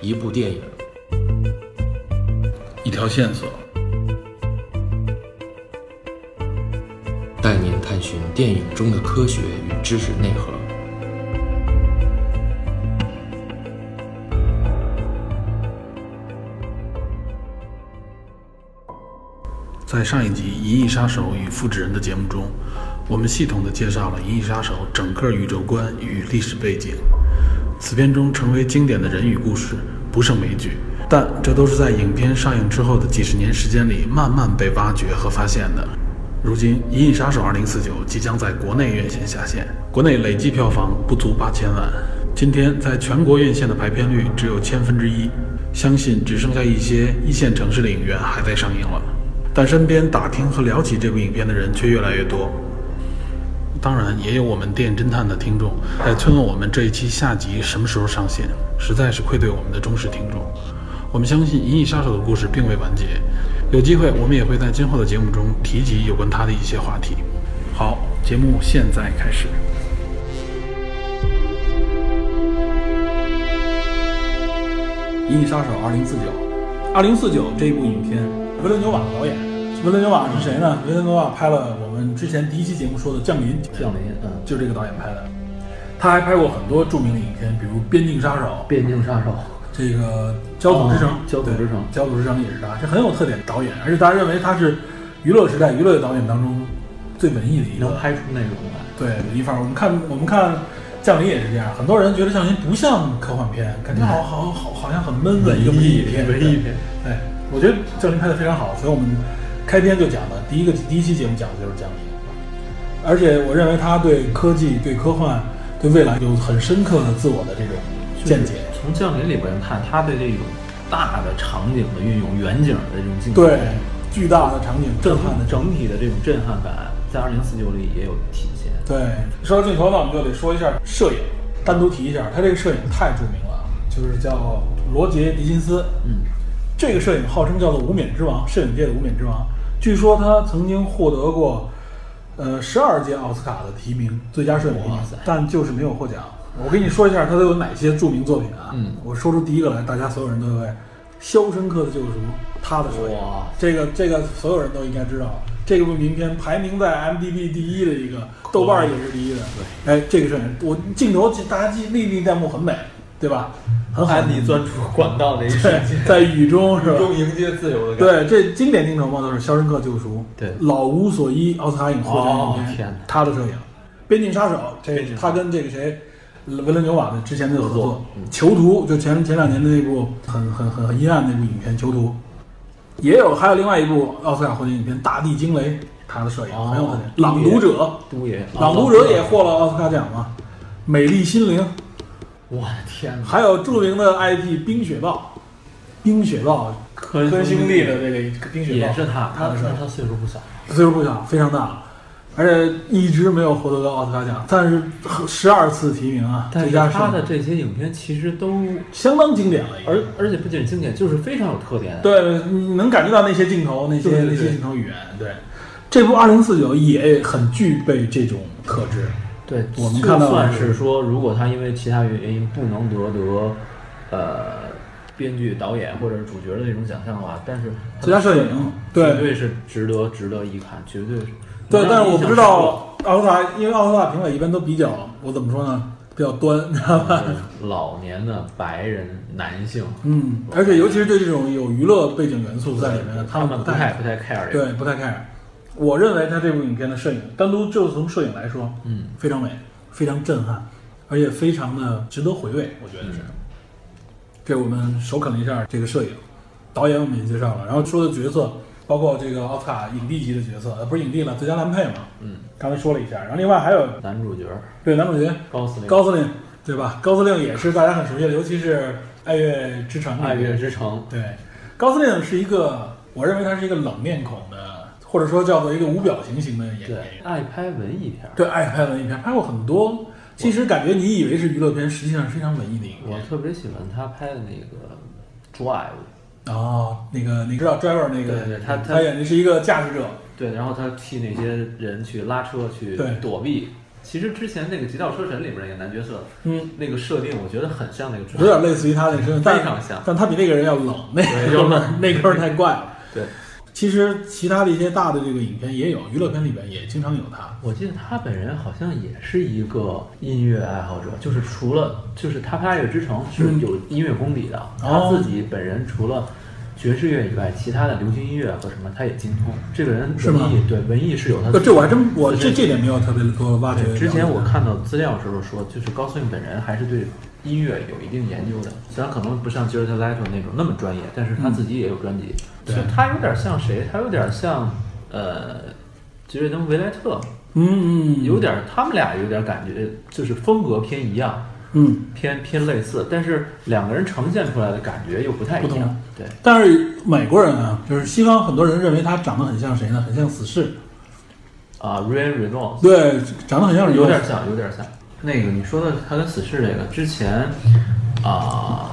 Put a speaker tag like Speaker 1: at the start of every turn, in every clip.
Speaker 1: 一部电影，
Speaker 2: 一条线索，
Speaker 1: 带您探寻电影中的科学与知识内核。
Speaker 2: 在上一集《银翼杀手与复制人》的节目中，我们系统的介绍了《银翼杀手》整个宇宙观与历史背景。此片中成为经典的人与故事不胜枚举，但这都是在影片上映之后的几十年时间里慢慢被挖掘和发现的。如今，《银翼杀手2049》即将在国内院线下线，国内累计票房不足八千万，今天在全国院线的排片率只有千分之一，相信只剩下一些一线城市的影院还在上映了。但身边打听和聊起这部影片的人却越来越多，当然，也有我们电影侦探的听众在催问我们这一期下集什么时候上线，实在是愧对我们的忠实听众。我们相信《银翼杀手》的故事并未完结，有机会我们也会在今后的节目中提及有关它的一些话题。好，节目现在开始。
Speaker 3: 《银翼杀手2049》。二零四九这一部影片，维伦纽瓦导演。维伦纽瓦是谁呢？维伦纽瓦拍了我们之前第一期节目说的《降临》，
Speaker 4: 降临，嗯，
Speaker 3: 就是这个导演拍的。他还拍过很多著名的影片，比如《边境杀手》、
Speaker 4: 边境杀手，
Speaker 3: 这个《焦土之城》
Speaker 4: 哦焦土之城
Speaker 3: 对焦土之城》也是他，这很有特点的导演，而且大家认为他是娱乐时代娱乐导演当中最文艺的一个
Speaker 4: 能。拍出那种来，
Speaker 3: 对，文艺范儿。我们看，我们看《降临》也是这样，很多人觉得《降临》不像科幻片，感觉好好好好像很闷的一个文艺片。
Speaker 4: 嗯文艺片。
Speaker 3: 对，我觉得《降临》拍的非常好，所以我们开篇就讲了第一个第一期节目讲的就是《降临》，而且我认为他对科技、对科幻、对未来有很深刻的自我的这种见解。。
Speaker 4: 从降临里边看，他对这种大的场景的运用、远景的这种镜头，
Speaker 3: 对，巨大的场景震
Speaker 4: 震
Speaker 3: 撼
Speaker 4: 撼
Speaker 3: 的
Speaker 4: 的
Speaker 3: 震撼。
Speaker 4: 整体的这种震撼感，在二零四九里也有体现。
Speaker 3: 对，说到镜头呢，我们就得说一下摄影，单独提一下，他这个摄影太著名了，啊就是叫罗杰·狄金斯。
Speaker 4: 嗯，
Speaker 3: 这个摄影号称叫做“无冕之王”，摄影界的无冕之王。据说他曾经获得过，呃，十二届奥斯卡的提名，最佳摄影提名
Speaker 4: 哇塞，
Speaker 3: 但就是没有获奖。我跟你说一下他都有哪些著名作品啊？
Speaker 4: 嗯
Speaker 3: 我说出第一个来，大家所有人都会，《肖申克的救赎》，他的摄影
Speaker 4: 哇，
Speaker 3: 这个这个所有人都应该知道。这个部名片排名在 m d b 第一的一个，豆瓣儿也是第一的。对，哎，这个摄影，我镜头大家记历历在目，很美，对吧？很好
Speaker 4: 海底钻出管道的一瞬
Speaker 3: 对
Speaker 4: 间，，
Speaker 3: 在雨中是吧？
Speaker 4: 中迎接自由的感觉。
Speaker 3: 对，这经典镜头嘛，都是《肖申克救赎》，
Speaker 4: 对
Speaker 3: 老无所依，奥斯卡影获奖影
Speaker 4: 哦天
Speaker 3: 片
Speaker 4: 哪，
Speaker 3: 他的摄影，《边境杀手》，这
Speaker 4: 边境杀手
Speaker 3: 他跟这个谁，维伦纽瓦的之前的合
Speaker 4: 合
Speaker 3: 作
Speaker 4: 作，嗯
Speaker 3: 囚徒》就前前两年的那部很很很很阴暗的那部影片《囚徒》，也有还有另外一部奥斯卡获奖影片《大地惊雷》，他的摄影
Speaker 4: 哦
Speaker 3: 很有特点，《朗读者》，
Speaker 4: 都爷，
Speaker 3: 《朗读者》也获了奥斯卡奖嘛，《美丽心灵》，
Speaker 4: 我的天哪！
Speaker 3: 还有著名的 IP《冰雪暴》，《冰雪暴》
Speaker 4: 科恩
Speaker 3: 科恩兄弟的
Speaker 4: 兄
Speaker 3: 这个冰雪暴
Speaker 4: 也是他，他
Speaker 3: 他的事儿
Speaker 4: 那他岁数不小，
Speaker 3: 岁数不小，非常大了，而且一直没有获得过奥斯卡奖，但是十二次提名啊，
Speaker 4: 但
Speaker 3: 最
Speaker 4: 是
Speaker 3: 佳
Speaker 4: 他的
Speaker 3: 是
Speaker 4: 这些影片其实都，
Speaker 3: 相当经典了，已经
Speaker 4: 而而且不仅是经典，就是非常有特点。，
Speaker 3: 对，嗯你能感觉到那些镜头、那
Speaker 4: 对
Speaker 3: 些
Speaker 4: 对对
Speaker 3: 那些镜头语言，对。这部《二零四九》也很具备这种特质，
Speaker 4: 对，
Speaker 3: 我们
Speaker 4: 就
Speaker 3: 看到的
Speaker 4: 算
Speaker 3: 是
Speaker 4: 是说，如果他因为其他原因不能得得，呃，编剧、导演或者是主角的那种奖项的话，但是他
Speaker 3: 最佳摄影
Speaker 4: 绝
Speaker 3: 对
Speaker 4: 对是值得值得一看，绝对是。
Speaker 3: 对，但是我不知
Speaker 4: 能
Speaker 3: 道奥斯卡，因为奥斯卡评委一般都比较，我怎么说呢，比较端，你知道吧？
Speaker 4: 让你印象深刻就是老年的白人男性，
Speaker 3: 嗯，而且尤其是对这种有娱乐背景元素在里面的，
Speaker 4: 他
Speaker 3: 嗯们
Speaker 4: 们
Speaker 3: 不
Speaker 4: 不太不太 care 这个。
Speaker 3: 对，不太 care。我认为他这部影片的摄影，单独就从摄影来说，
Speaker 4: 嗯，
Speaker 3: 非常美，非常震撼，而且非常的值得回味。我觉
Speaker 4: 嗯
Speaker 3: 得是。这我们首肯了一下这个摄影，导演我们也介绍了，然后说的角色包括这个奥斯卡影帝级的角色，呃，不是影帝了，最佳男配嘛，
Speaker 4: 嗯，
Speaker 3: 刚才说了一下，然后另外还有
Speaker 4: 男主角
Speaker 3: 对男主角
Speaker 4: 高司令，
Speaker 3: 高司令，对吧？高司令也是大家很熟悉的，尤其是《爱乐之城》里
Speaker 4: 《
Speaker 3: 面
Speaker 4: 爱乐之城
Speaker 3: 对，高司令是一个，我认为他是一个冷面孔的，或者说叫做一个无表情型的》演演
Speaker 4: 对
Speaker 3: 员，，
Speaker 4: 爱拍文艺片儿。
Speaker 3: 对，爱拍文艺片，拍过很多。其实感觉你以为是娱乐片，实际上是非常文艺的影
Speaker 4: 我
Speaker 3: 片。
Speaker 4: 特别喜欢他拍的那个《Drive》，
Speaker 3: 哦，那个你知道 Driver 那个，嗯
Speaker 4: 对对他他
Speaker 3: 他演的是一个驾驶者，
Speaker 4: 对，然后他替那些人去拉车去
Speaker 3: 对
Speaker 4: 躲避，其实之前那个《极道车神》里面那个男角色，
Speaker 3: 嗯，
Speaker 4: 那个设定我觉得很像那个，
Speaker 3: 有点类，似于他那身份，但
Speaker 4: 非常像
Speaker 3: 但他比那个人要冷，那
Speaker 4: 对
Speaker 3: 个
Speaker 4: 要
Speaker 3: 哥们
Speaker 4: 冷
Speaker 3: 儿 那哥们儿太怪了。
Speaker 4: 对，
Speaker 3: 其实其他的一些大的这个影片也有，娱乐片里边也经常有他。
Speaker 4: 我记得他本人好像也是一个音乐爱好者，就是除了就是他拍《爱乐之城》是有音乐功底的，他
Speaker 3: 嗯哦
Speaker 4: 自己本人除了爵士乐以外，其他的流行音乐啊和什么他也精通。这个人
Speaker 3: 是
Speaker 4: 文
Speaker 3: 吗
Speaker 4: 艺对文艺是有他
Speaker 3: 呃
Speaker 4: 的。
Speaker 3: 这我还真我
Speaker 4: 自
Speaker 3: 这
Speaker 4: 身
Speaker 3: 这点没有特别多挖掘
Speaker 4: 对
Speaker 3: 了解。
Speaker 4: 之前我看到资料的时候说，就是高司令本人还是对音乐有一定研究的，虽然可能不像 Jared Leto 那种那么专业，但是他自己也有专辑。
Speaker 3: 嗯对
Speaker 4: 所以他有点像谁？他有点像呃杰瑞登·维莱特，
Speaker 3: 嗯嗯
Speaker 4: 有点他们俩有点感觉，就是风格偏一样，
Speaker 3: 嗯，
Speaker 4: 偏偏类似，但是两个人呈现出来的感觉又不太一
Speaker 3: 不同
Speaker 4: 样。对，
Speaker 3: 但是美国人啊，就是西方很多人认为他长得很像谁呢？很像死侍，
Speaker 4: 啊，Ryan Reynolds
Speaker 3: 对，长得很像
Speaker 4: 有点像，有点像。那个你说的他跟死侍这个之前啊。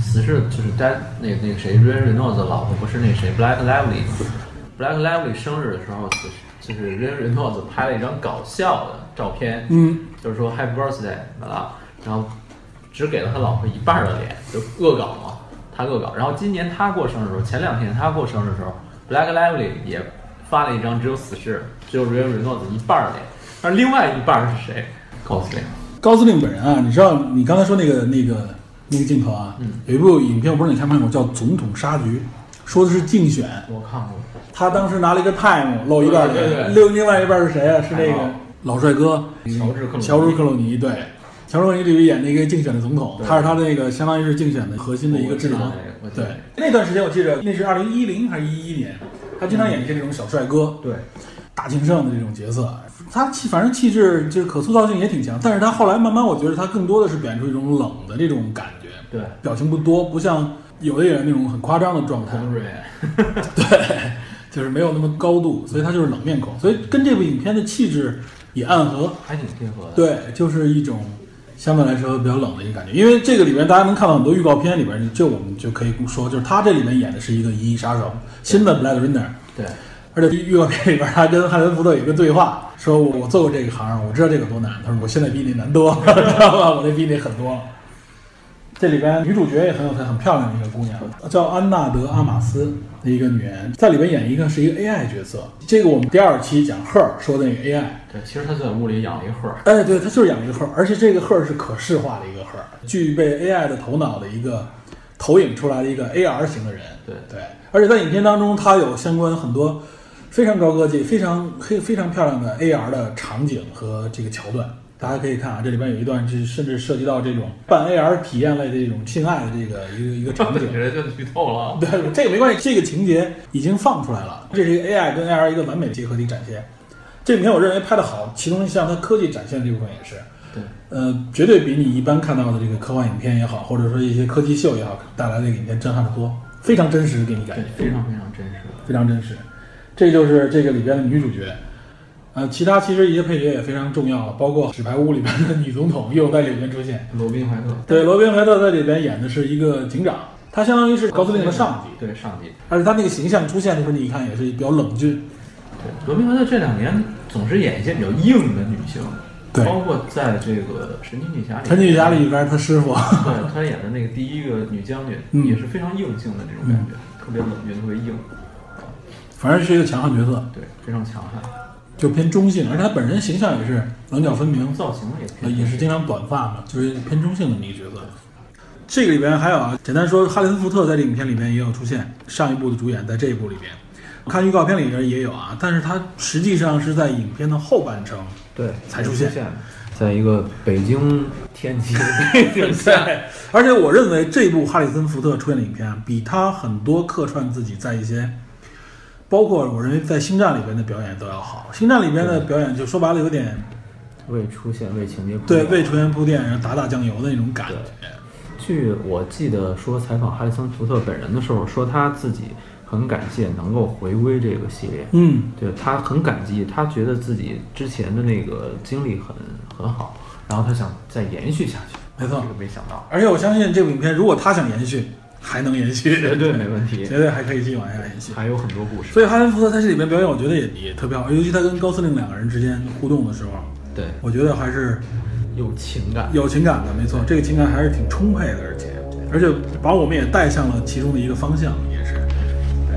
Speaker 4: 死侍就是丹那个那个谁，Ryan Reynolds 的老婆不是那谁 Black Lively 吗，Black Lively 生日的时候，死侍就是 Ryan Reynolds 拍了一张搞笑的照片，
Speaker 3: 嗯，
Speaker 4: 就是说 Happy Birthday 啊，然后只给了他老婆一半儿的脸，就恶搞嘛，他恶搞。然后今年他过生日的时候，前两天他过生日的时候，Black Lively 也发了一张只有死侍，只有 Ryan Reynolds 一半儿的脸，而另外一半儿是谁？cosplay
Speaker 3: 高司令本人啊，你知道你刚才说那个那个那个镜头啊，
Speaker 4: 嗯
Speaker 3: 有一部影片我不知道你看没看过，叫《总统杀局》，说的是竞选，
Speaker 4: 我看过，
Speaker 3: 他当时拿了一个 time 露一半
Speaker 4: 对对
Speaker 3: 脸，
Speaker 4: 对
Speaker 3: 另另外一半是谁啊？是那
Speaker 4: 海
Speaker 3: 个
Speaker 4: 报
Speaker 3: 老帅哥
Speaker 4: 乔治克鲁尼
Speaker 3: 乔治克鲁尼对。乔治克鲁尼里面演那个竞选的总统，
Speaker 4: 对
Speaker 3: 他是他的那个相当于是竞选的核心的一个智
Speaker 4: 我记得那
Speaker 3: 囊
Speaker 4: 个我。记
Speaker 3: 对
Speaker 4: 得那个，
Speaker 3: 那段时间我记着那是二零一零还是一一年，他经常演一些这种小帅哥，
Speaker 4: 对，
Speaker 3: 大情圣的这种角色，啊他气反正气质就是可塑造性也挺强，但是他后来慢慢我觉得他更多的是表现出一种冷的这种感觉，
Speaker 4: 对，
Speaker 3: 表情不多，不像有的演员那种很夸张的状态，
Speaker 4: 彭瑞恩，
Speaker 3: 对，就是没有那么高度，所以他就是冷面孔，所以跟这部影片的气质也暗合，
Speaker 4: 还挺贴合的。
Speaker 3: 对，就是一种相对来说比较冷的一个感觉，因为这个里边大家能看到很多预告片里边，这我们就可以说，就是他这里面演的是一个银翼杀手，新的 Blade Runner，
Speaker 4: 对，
Speaker 3: 而且预告片里边，他跟汉兰福特有一个对话，说我我做过这个行，我知道这个多难。他说我现在比你难多，知道吧？我那比你狠多了。 这里边女主角也很有才，很漂亮的一个姑娘，叫安娜德阿玛斯的一个女人，在里边演一个是一个 AI 角色。这个我们第二期讲 Her 说的那个 AI，
Speaker 4: 对，其实他就在屋里养了一会儿。
Speaker 3: 哎，对，它就是养了一个 her，而且这个 her 是可视化的一个 her，具备 AI 的头脑的一个投影出来的一个 AR 型的人。
Speaker 4: 对
Speaker 3: 对，而且在影片当中，它有相关很多非常高科技、非常黑、非常漂亮的 AR 的场景和这个桥段。大家可以看啊，这里边有一段是甚至涉及到这种半 AR 体验类的这种性爱的这个一个一个场景
Speaker 4: 感。觉就剧透了。
Speaker 3: 对，这个没关系，这个情节已经放出来了，这是一个 AI 跟 AR 一个完美的结合体展现。这影片我认为拍得好，其中像它科技展现的这部分也是，
Speaker 4: 对，
Speaker 3: 呃，绝对比你一般看到的这个科幻影片也好，或者说一些科技秀也好，带来的影片震撼的多，非常真实，给你感
Speaker 4: 对非
Speaker 3: 觉，
Speaker 4: 常非常真实。
Speaker 3: 非常真实。这就是这个里边的女主角，呃，其他其实一些配角也非常重要了，包括《纸牌屋》里边的女总统 又在里边出现。
Speaker 4: 罗宾怀特，
Speaker 3: 对，罗宾·怀特在里边演的是一个警长，他相当于是高司令的上级，
Speaker 4: 对上级。
Speaker 3: 而且他那个形象出现的时候，你一看也是比较冷峻。
Speaker 4: 对，罗宾怀特这两年总是演一些比较硬的女性，
Speaker 3: 对
Speaker 4: 包括在这个《神奇女侠》里，
Speaker 3: 《神奇女侠》里边他师傅，
Speaker 4: 对，她演的那个第一个女将军、
Speaker 3: 嗯
Speaker 4: 也是非常硬性的那种感觉，特别冷峻，特别硬，
Speaker 3: 反正是一个强悍角色，
Speaker 4: 对，非常强悍，
Speaker 3: 就偏中性，而且他本人形象也是棱角分明，
Speaker 4: 造型也
Speaker 3: 呃，
Speaker 4: 偏
Speaker 3: 也是经常短发嘛，就是偏中性的那么一个角色。这个里边还有啊，简单说，哈林福特在这个影片里边也有出现，上一部的主演在这一部里边，看预告片里边也有啊，但是他实际上是在影片的后半程
Speaker 4: 对
Speaker 3: 才出现
Speaker 4: 的在一个北京天气 的背景下，
Speaker 3: 对， 而且我认为这部哈里森福特出演的影片啊，比他很多客串自己在一些，包括我认为在《星战》里边的表演都要好，《星战》里边的表演就说白了有点
Speaker 4: 为出现为情节铺
Speaker 3: 对
Speaker 4: 垫
Speaker 3: 为出演铺垫，然后打打酱油的那种感觉。
Speaker 4: 据我记得说采访哈里森福特本人的时候，说他自己很感谢能够回归这个系列，
Speaker 3: 嗯，
Speaker 4: 对他很感激，他觉得自己之前的那个经历很很好，然后他想再延续下去。
Speaker 3: 没错
Speaker 4: 这个没想到，
Speaker 3: 而且我相信这部影片如果他想延续，还能延 续，
Speaker 4: 绝对没问题，
Speaker 3: 绝对还可以继续往下延续。
Speaker 4: 还有很多故事。
Speaker 3: 所以哈林福特在这里边表演，我觉得也也特别好，尤其他跟高司令两个人之间互动的时候，
Speaker 4: 对
Speaker 1: 对，
Speaker 3: 我觉得还是
Speaker 4: 有情感，
Speaker 3: 有情感的，没错，这个情感还是挺充沛的，而且而且把我们也带向了其中的一个方向，也是，对，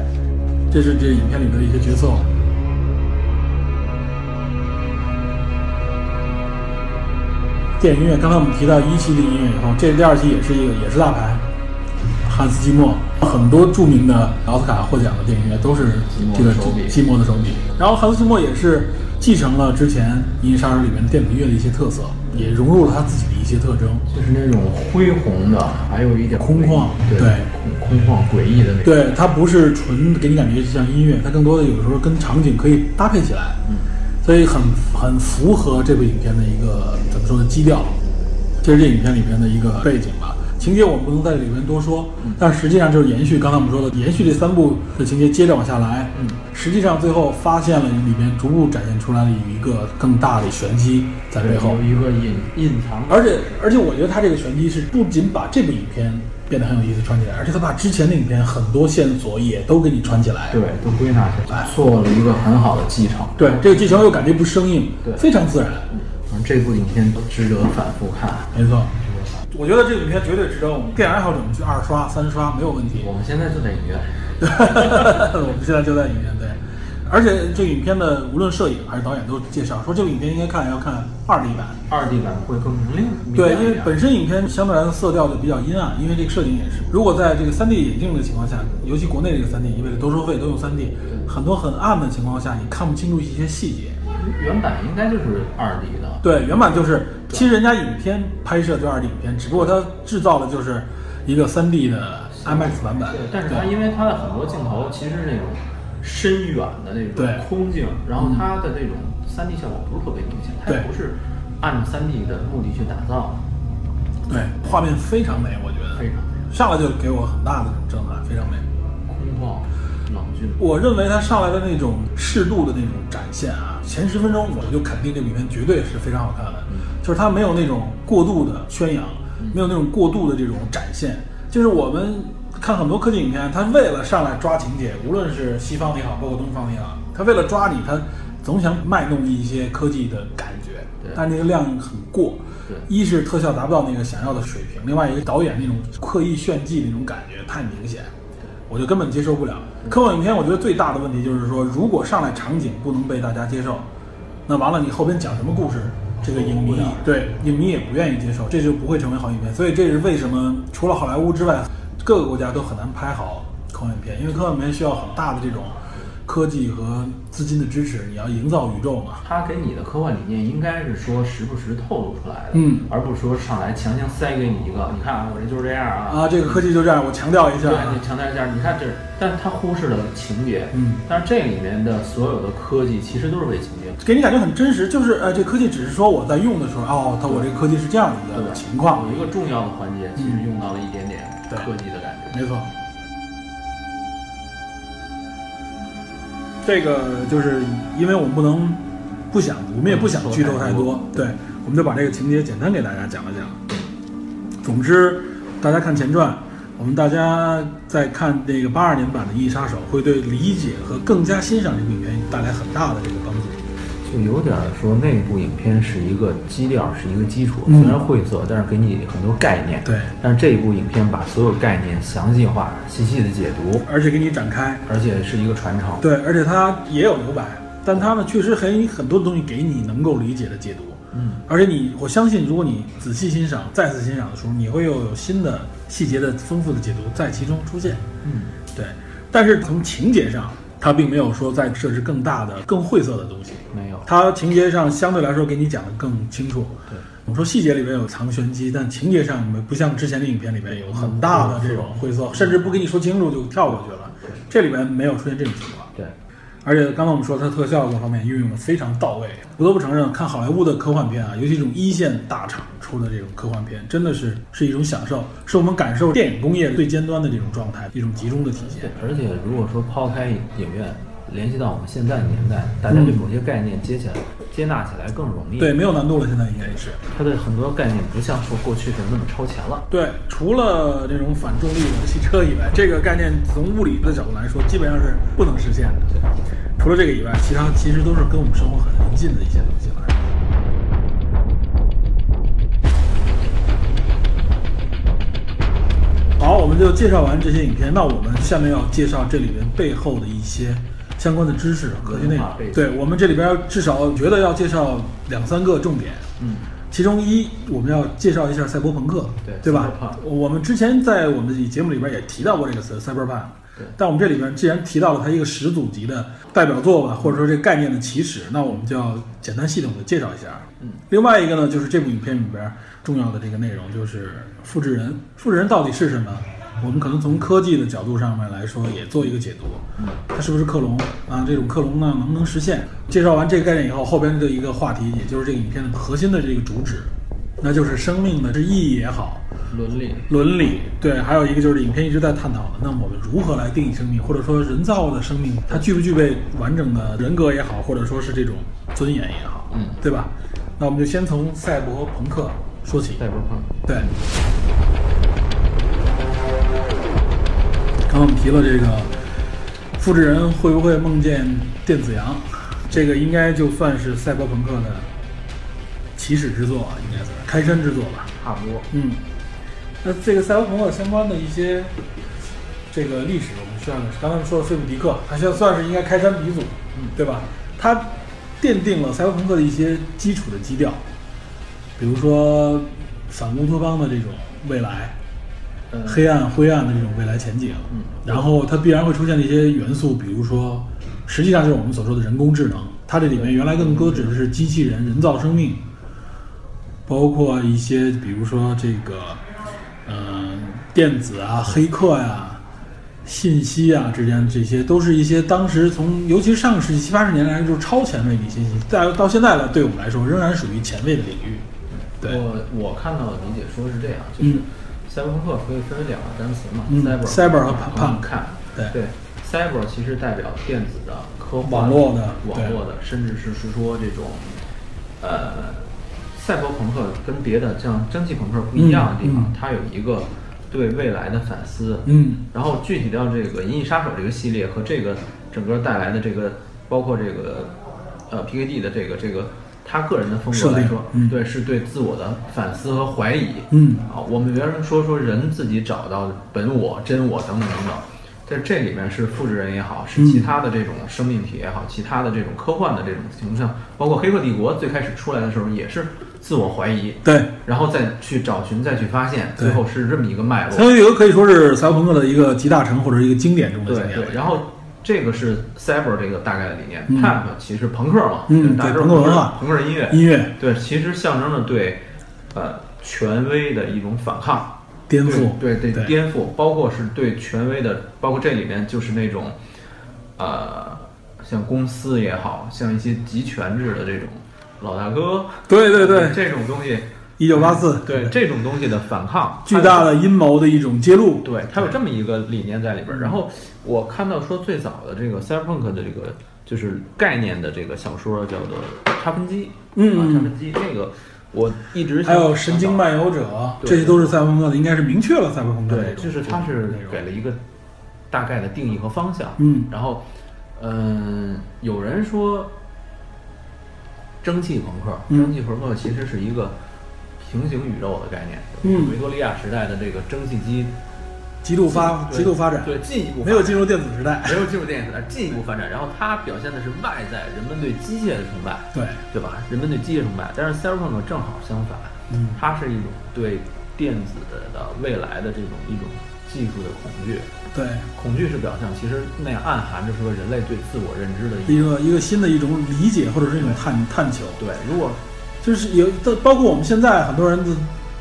Speaker 3: 这是这影片里的一些角色。电影音乐，刚才我们提到一期的音乐以后，这第二期也是一个也是大牌，汉斯季默，很多著名的奥斯卡获奖的电影音乐都是这
Speaker 4: 季默
Speaker 3: 个
Speaker 4: 的手笔
Speaker 3: 季默的手笔。然后汉斯季默也是继承了之前《银翼杀手》里面电子乐的一些特色，也融入了他自己的一些特征。
Speaker 4: 就是那种恢宏的，还有一点
Speaker 3: 空
Speaker 4: 诡
Speaker 3: 旷
Speaker 4: 异
Speaker 3: 对
Speaker 4: 对，空空旷诡异的那种。
Speaker 3: 对，它不是纯给你感觉就像音乐，它更多的有时候跟场景可以搭配起来，嗯，所以很很符合这部影片的一个怎么说呢基调，这是这影片里面的一个背景吧。情节我们不能在里面多说，但实际上就是延续刚才我们说的，延续这三部的情节接着往下来，嗯，实际上最后发现了里面逐步展现出来的有一个更大的玄机在背后，
Speaker 4: 有一个隐隐藏的，
Speaker 3: 而且而且我觉得他这个玄机是不仅把这部影片变得很有意思串起来，而且他把之前的影片很多线索也都给你串起来。
Speaker 4: 对，都归纳起来，做了一个很好的继承。
Speaker 3: 对，这个剧情又感觉不生硬，
Speaker 4: 对
Speaker 3: 非常自然，
Speaker 4: 反正这部影片都值得反复看。
Speaker 3: 没错。我觉得这个影片绝对值得我们电影爱好者们去二刷、三刷没有问题。
Speaker 4: 我们现在就在影院，
Speaker 3: 我们现在就在影院对，而且这个影片的无论摄影还是导演都介绍说，这个影片应该看要看二 D 版，
Speaker 4: 二 D 版会更明亮。
Speaker 3: 对，
Speaker 4: 明亮
Speaker 3: 因
Speaker 4: 一
Speaker 3: 为
Speaker 4: 点
Speaker 3: 本身影片相对来说色调就比较阴暗，因为这个摄影也是。如果在这个 3D 眼镜的情况下，尤其国内这个 3D，因为这都收费都用 3D，很多很暗的情况下，你看不清楚一些细节。
Speaker 4: 原版应该就是二 D 的，
Speaker 3: 对，原版就是，其实人家影片拍摄就 2D 影片，只不过它制造的就是一个 3D 的 IMAX 版本
Speaker 4: 对，。但是它
Speaker 3: 对
Speaker 4: 因为它的很多镜头其实是那种深远的那
Speaker 3: 对
Speaker 4: 种空镜，然后它的那种三 D 效果不是特别明显，它也
Speaker 3: 对
Speaker 4: 不是按照三 D 的目的去打造，
Speaker 3: 对，画面非常美，我觉得
Speaker 4: 非常
Speaker 3: 上来就给我很大的那种震撼，非常美。
Speaker 4: 空旷、冷峻。
Speaker 3: 我认为他上来的那种适度的那种展现啊，前十分钟我就肯定这部影片绝对是非常好看的，就是他没有那种过度的宣扬，没有那种过度的这种展现，就是我们看很多科技影片，他为了上来抓情节，无论是西方的也好，包括东方的也好，他为了抓你，他总想卖弄一些科技的感觉
Speaker 4: 对，
Speaker 3: 但那个量很过
Speaker 4: 对。
Speaker 3: 一是特效达不到那个想要的水平，另外一个导演那种刻意炫技那种感觉太明显。我就根本接受不了。科幻影片，我觉得最大的问题就是说，如果上来场景不能被大家接受，那完了你后边讲什么故事，这个影迷对影迷也不愿意接受，这就不会成为好影片。所以这是为什么除了好莱坞之外，各个国家都很难拍好科幻影片，因为科幻影片需要很大的这种科技和资金的支持，你要营造宇宙嘛。
Speaker 4: 它给你的科幻理念应该是说时不时透露出来的，
Speaker 3: 嗯
Speaker 4: 而不是说上来强行塞给你一个，你看啊，我这就是这样啊，
Speaker 3: 啊，这个科技就这样，我强调一下
Speaker 4: 对，
Speaker 3: 啊，
Speaker 4: 你强调一下，你看这，但是它忽视了情节，
Speaker 3: 嗯，
Speaker 4: 但是这里面的所有的科技其实都是为情节，
Speaker 3: 给你感觉很真实，就是呃，这科技只是说我在用的时候，哦，它我这个科技是这样一
Speaker 4: 对吧
Speaker 3: 个情况，
Speaker 4: 有一个重要的环节，其实用到了一点点
Speaker 3: 嗯对
Speaker 4: 科技的感觉。
Speaker 3: 没错。这个就是因为我们不能不想，我们也不想剧透嗯太多，对，我们就把这个情节简单给大家讲了讲。总之，大家看前传，我们大家在看这个八二年版的《银翼杀手》，会对理解和更加欣赏这部影片带来很大的这个帮助。
Speaker 4: 就有点说那部影片是一个基调，是一个基础，
Speaker 3: 嗯
Speaker 4: 虽然晦涩，但是给你很多概念。
Speaker 3: 对
Speaker 4: 但是这一部影片把所有概念详细化、细细的解读，
Speaker 3: 而且给你展开，
Speaker 4: 而且是一个传承。
Speaker 3: 对，而且它也有留白，但它呢确实很很多东西给你能够理解的解读。
Speaker 4: 嗯，
Speaker 3: 而且你，我相信，如果你仔细欣赏、再次欣赏的时候，你会又有新的细节的丰富的解读在其中出现。
Speaker 4: 嗯，
Speaker 3: 对，但是从情节上，它并没有说再设置更大的、更晦涩的东西。
Speaker 4: 没有。
Speaker 3: 它情节上相对来说给你讲的更清楚。
Speaker 4: 对，
Speaker 3: 我们说细节里面有藏玄机，但情节上没不像之前的影片里面有很大的这种晦涩，甚至不跟你说清楚就跳过去了。这里面没有出现这种情况。
Speaker 4: 对，
Speaker 3: 而且刚才我们说它特效各方面运用的非常到位，不得不承认，看好莱坞的科幻片啊，尤其这种一线大厂出的这种科幻片，真的是是一种享受，是我们感受电影工业最尖端的这种状态，一种集中的体
Speaker 4: 对
Speaker 3: 现。，
Speaker 4: 而且如果说抛开影院，联系到我们现在的年代，大家对某些概念接起来、接纳起来更容易。
Speaker 3: 对，，没有难度了，现在应该也是。
Speaker 4: 它的很多概念不像说过去的那么超前了。
Speaker 3: 对，除了这种反重力的汽车以外，这个概念从物理的角度来说，基本上是不能实现的。除了这个以外，其他其实都是跟我们生活很近的一些东西了。就介绍完这些影片，那我们下面要介绍这里边背后的一些相关的知识和核心内容
Speaker 4: 文化背景。
Speaker 3: 对我们这里边至少觉得要介绍两三个重点。
Speaker 4: 嗯，
Speaker 3: 其中一，我们要介绍一下赛博朋克，
Speaker 4: 对
Speaker 3: 对吧
Speaker 4: cyberpunk？
Speaker 3: 我们之前在我们的节目里边也提到过这个词 cyberpunk，
Speaker 4: 对
Speaker 3: 但我们这里边既然提到了它一个始祖级的代表作吧，或者说这个概念的起始，那我们就要简单系统的介绍一下。
Speaker 4: 嗯，
Speaker 3: 另外一个呢，就是这部影片里边重要的这个内容就是复制人，复制人到底是什么？我们可能从科技的角度上面来说，也做一个解读。它是不是克隆啊？这种克隆呢，能不能实现？介绍完这个概念以后，后边的一个话题，也就是这个影片的核心的这个主旨，那就是生命的这意义也好，
Speaker 4: 伦理，
Speaker 3: 伦理对，还有一个就是影片一直在探讨的，那么我们如何来定义生命，或者说人造的生命，它具不具备完整的人格也好，或者说是这种尊严也好，
Speaker 4: 嗯
Speaker 3: 对吧？那我们就先从赛博朋克说起。
Speaker 4: 赛博朋克，
Speaker 3: 对。刚刚我们提了这个复制人会不会梦见电子羊，这个应该就算是赛博朋克的起始之作啊，应该算是开山之作吧。
Speaker 4: 差不多。
Speaker 3: 嗯，那这个赛博朋克相关的一些这个历史，我们需要刚才说的菲普迪克，他现在算是应该开山鼻祖，
Speaker 4: 嗯
Speaker 3: 对吧？他奠定了赛博朋克的一些基础的基调，比如说反乌托邦的这种未来，
Speaker 4: 嗯，
Speaker 3: 黑暗灰暗的这种未来前景，
Speaker 4: 嗯
Speaker 3: 然后它必然会出现的一些元素，比如说，实际上就是我们所说的人工智能，它这里面原来更多指的是机器人、人造生命，包括一些比如说这个，嗯、电子啊、黑客呀、信息啊之间这些，都是一些当时从尤其是上世纪七八十年代就是超前卫的一些信息，到到现在来对我们来说仍然属于前卫的领域，哦对，
Speaker 4: 我我看到的理解说是这样，就
Speaker 3: 嗯
Speaker 4: 是赛博朋克可以分为两个单词嘛
Speaker 3: 嗯
Speaker 4: ，cyber
Speaker 3: cyber 和 punk
Speaker 4: 看，
Speaker 3: 对
Speaker 4: 对，cyber 其实代表电子的、科幻
Speaker 3: 网络的对
Speaker 4: 网络的，甚至是是说这种，呃，赛博朋克跟别的像蒸汽朋克不一样的地
Speaker 3: 嗯
Speaker 4: 方
Speaker 3: 嗯，
Speaker 4: 它有一个对未来的反思，
Speaker 3: 嗯
Speaker 4: 然后具体到这个《银翼杀手》这个系列和这个整个带来的这个，包括这个呃 PKD 的这个这个他个人的风格来说
Speaker 3: 设定，嗯
Speaker 4: 对，是对自我的反思和怀疑。
Speaker 3: 嗯
Speaker 4: 啊，我们原来说说人自己找到本我、真我等等等等，在这里面是复制人也好，是
Speaker 3: 嗯
Speaker 4: 其他的这种生命体也好，其他的这种科幻的这种形象，包括《黑客帝国》最开始出来的时候也是自我怀疑，
Speaker 3: 对。
Speaker 4: 然后再去找寻、再去发现，
Speaker 3: 对
Speaker 4: 最后是这么一个脉络。
Speaker 3: 相当于有个可以说是赛博朋克的一个集大成或者一个经典中的
Speaker 4: 对
Speaker 3: 经典了。
Speaker 4: 对，然后这个是 cyber 这个大概的理念、
Speaker 3: 嗯
Speaker 4: p u n k 其实朋克嘛，
Speaker 3: 嗯
Speaker 4: 大
Speaker 3: 对
Speaker 4: 众
Speaker 3: 朋克文化
Speaker 4: 朋克音乐，
Speaker 3: 音乐
Speaker 4: 对，其实象征着对呃权威的一种反抗，
Speaker 3: 颠覆，
Speaker 4: 对对
Speaker 3: 对
Speaker 4: 对颠覆，包括是对权威的，包括这里面就是那种呃，像公司也好像一些集权制的这种老大哥，
Speaker 3: 对对对，
Speaker 4: 这种东西，
Speaker 3: 一九八四，
Speaker 4: 嗯对这种东西的反抗，
Speaker 3: 巨大的阴谋的一种揭露，
Speaker 4: 对，它有这么一个理念在里
Speaker 3: 嗯
Speaker 4: 边儿。然后我看到说最早的这个 cyberpunk 的这个就是概念的这个小说叫做《差分机》，
Speaker 3: 嗯
Speaker 4: 啊，差分机那个我一直
Speaker 3: 还
Speaker 4: 想
Speaker 3: 有神经漫游者，
Speaker 4: 对
Speaker 3: 这些都是赛博朋克的，应该是明确了赛博朋克的
Speaker 4: 对，
Speaker 3: 这
Speaker 4: 就
Speaker 3: 种
Speaker 4: 是它是给了一个大概的定义和方向。
Speaker 3: 嗯
Speaker 4: 然后嗯、有人说蒸汽朋克，
Speaker 3: 嗯
Speaker 4: 蒸汽朋克其实是一个平行宇宙的概念，
Speaker 3: 嗯
Speaker 4: 维多利亚时代的这个蒸汽机
Speaker 3: 极度发
Speaker 4: 对
Speaker 3: 极度发展，
Speaker 4: 对，进一步
Speaker 3: 没有
Speaker 4: 发展
Speaker 3: 进入电子时代，
Speaker 4: 没有进入电影时代，进一步发展。然后它表现的是外在人们对机械的崇拜，
Speaker 3: 对，
Speaker 4: 对吧？人们对机械崇拜，但是 cyberpunk 正好相反，
Speaker 3: 嗯
Speaker 4: 它是一种对电子的未来的这种一种技术的恐惧，
Speaker 3: 对，
Speaker 4: 恐惧是表象，其实那样暗含着说人类对自我认知的一
Speaker 3: 一个一个新的一种理解或者是一种探探求，
Speaker 4: 对。如果
Speaker 3: 就是有，但包括我们现在很多人的，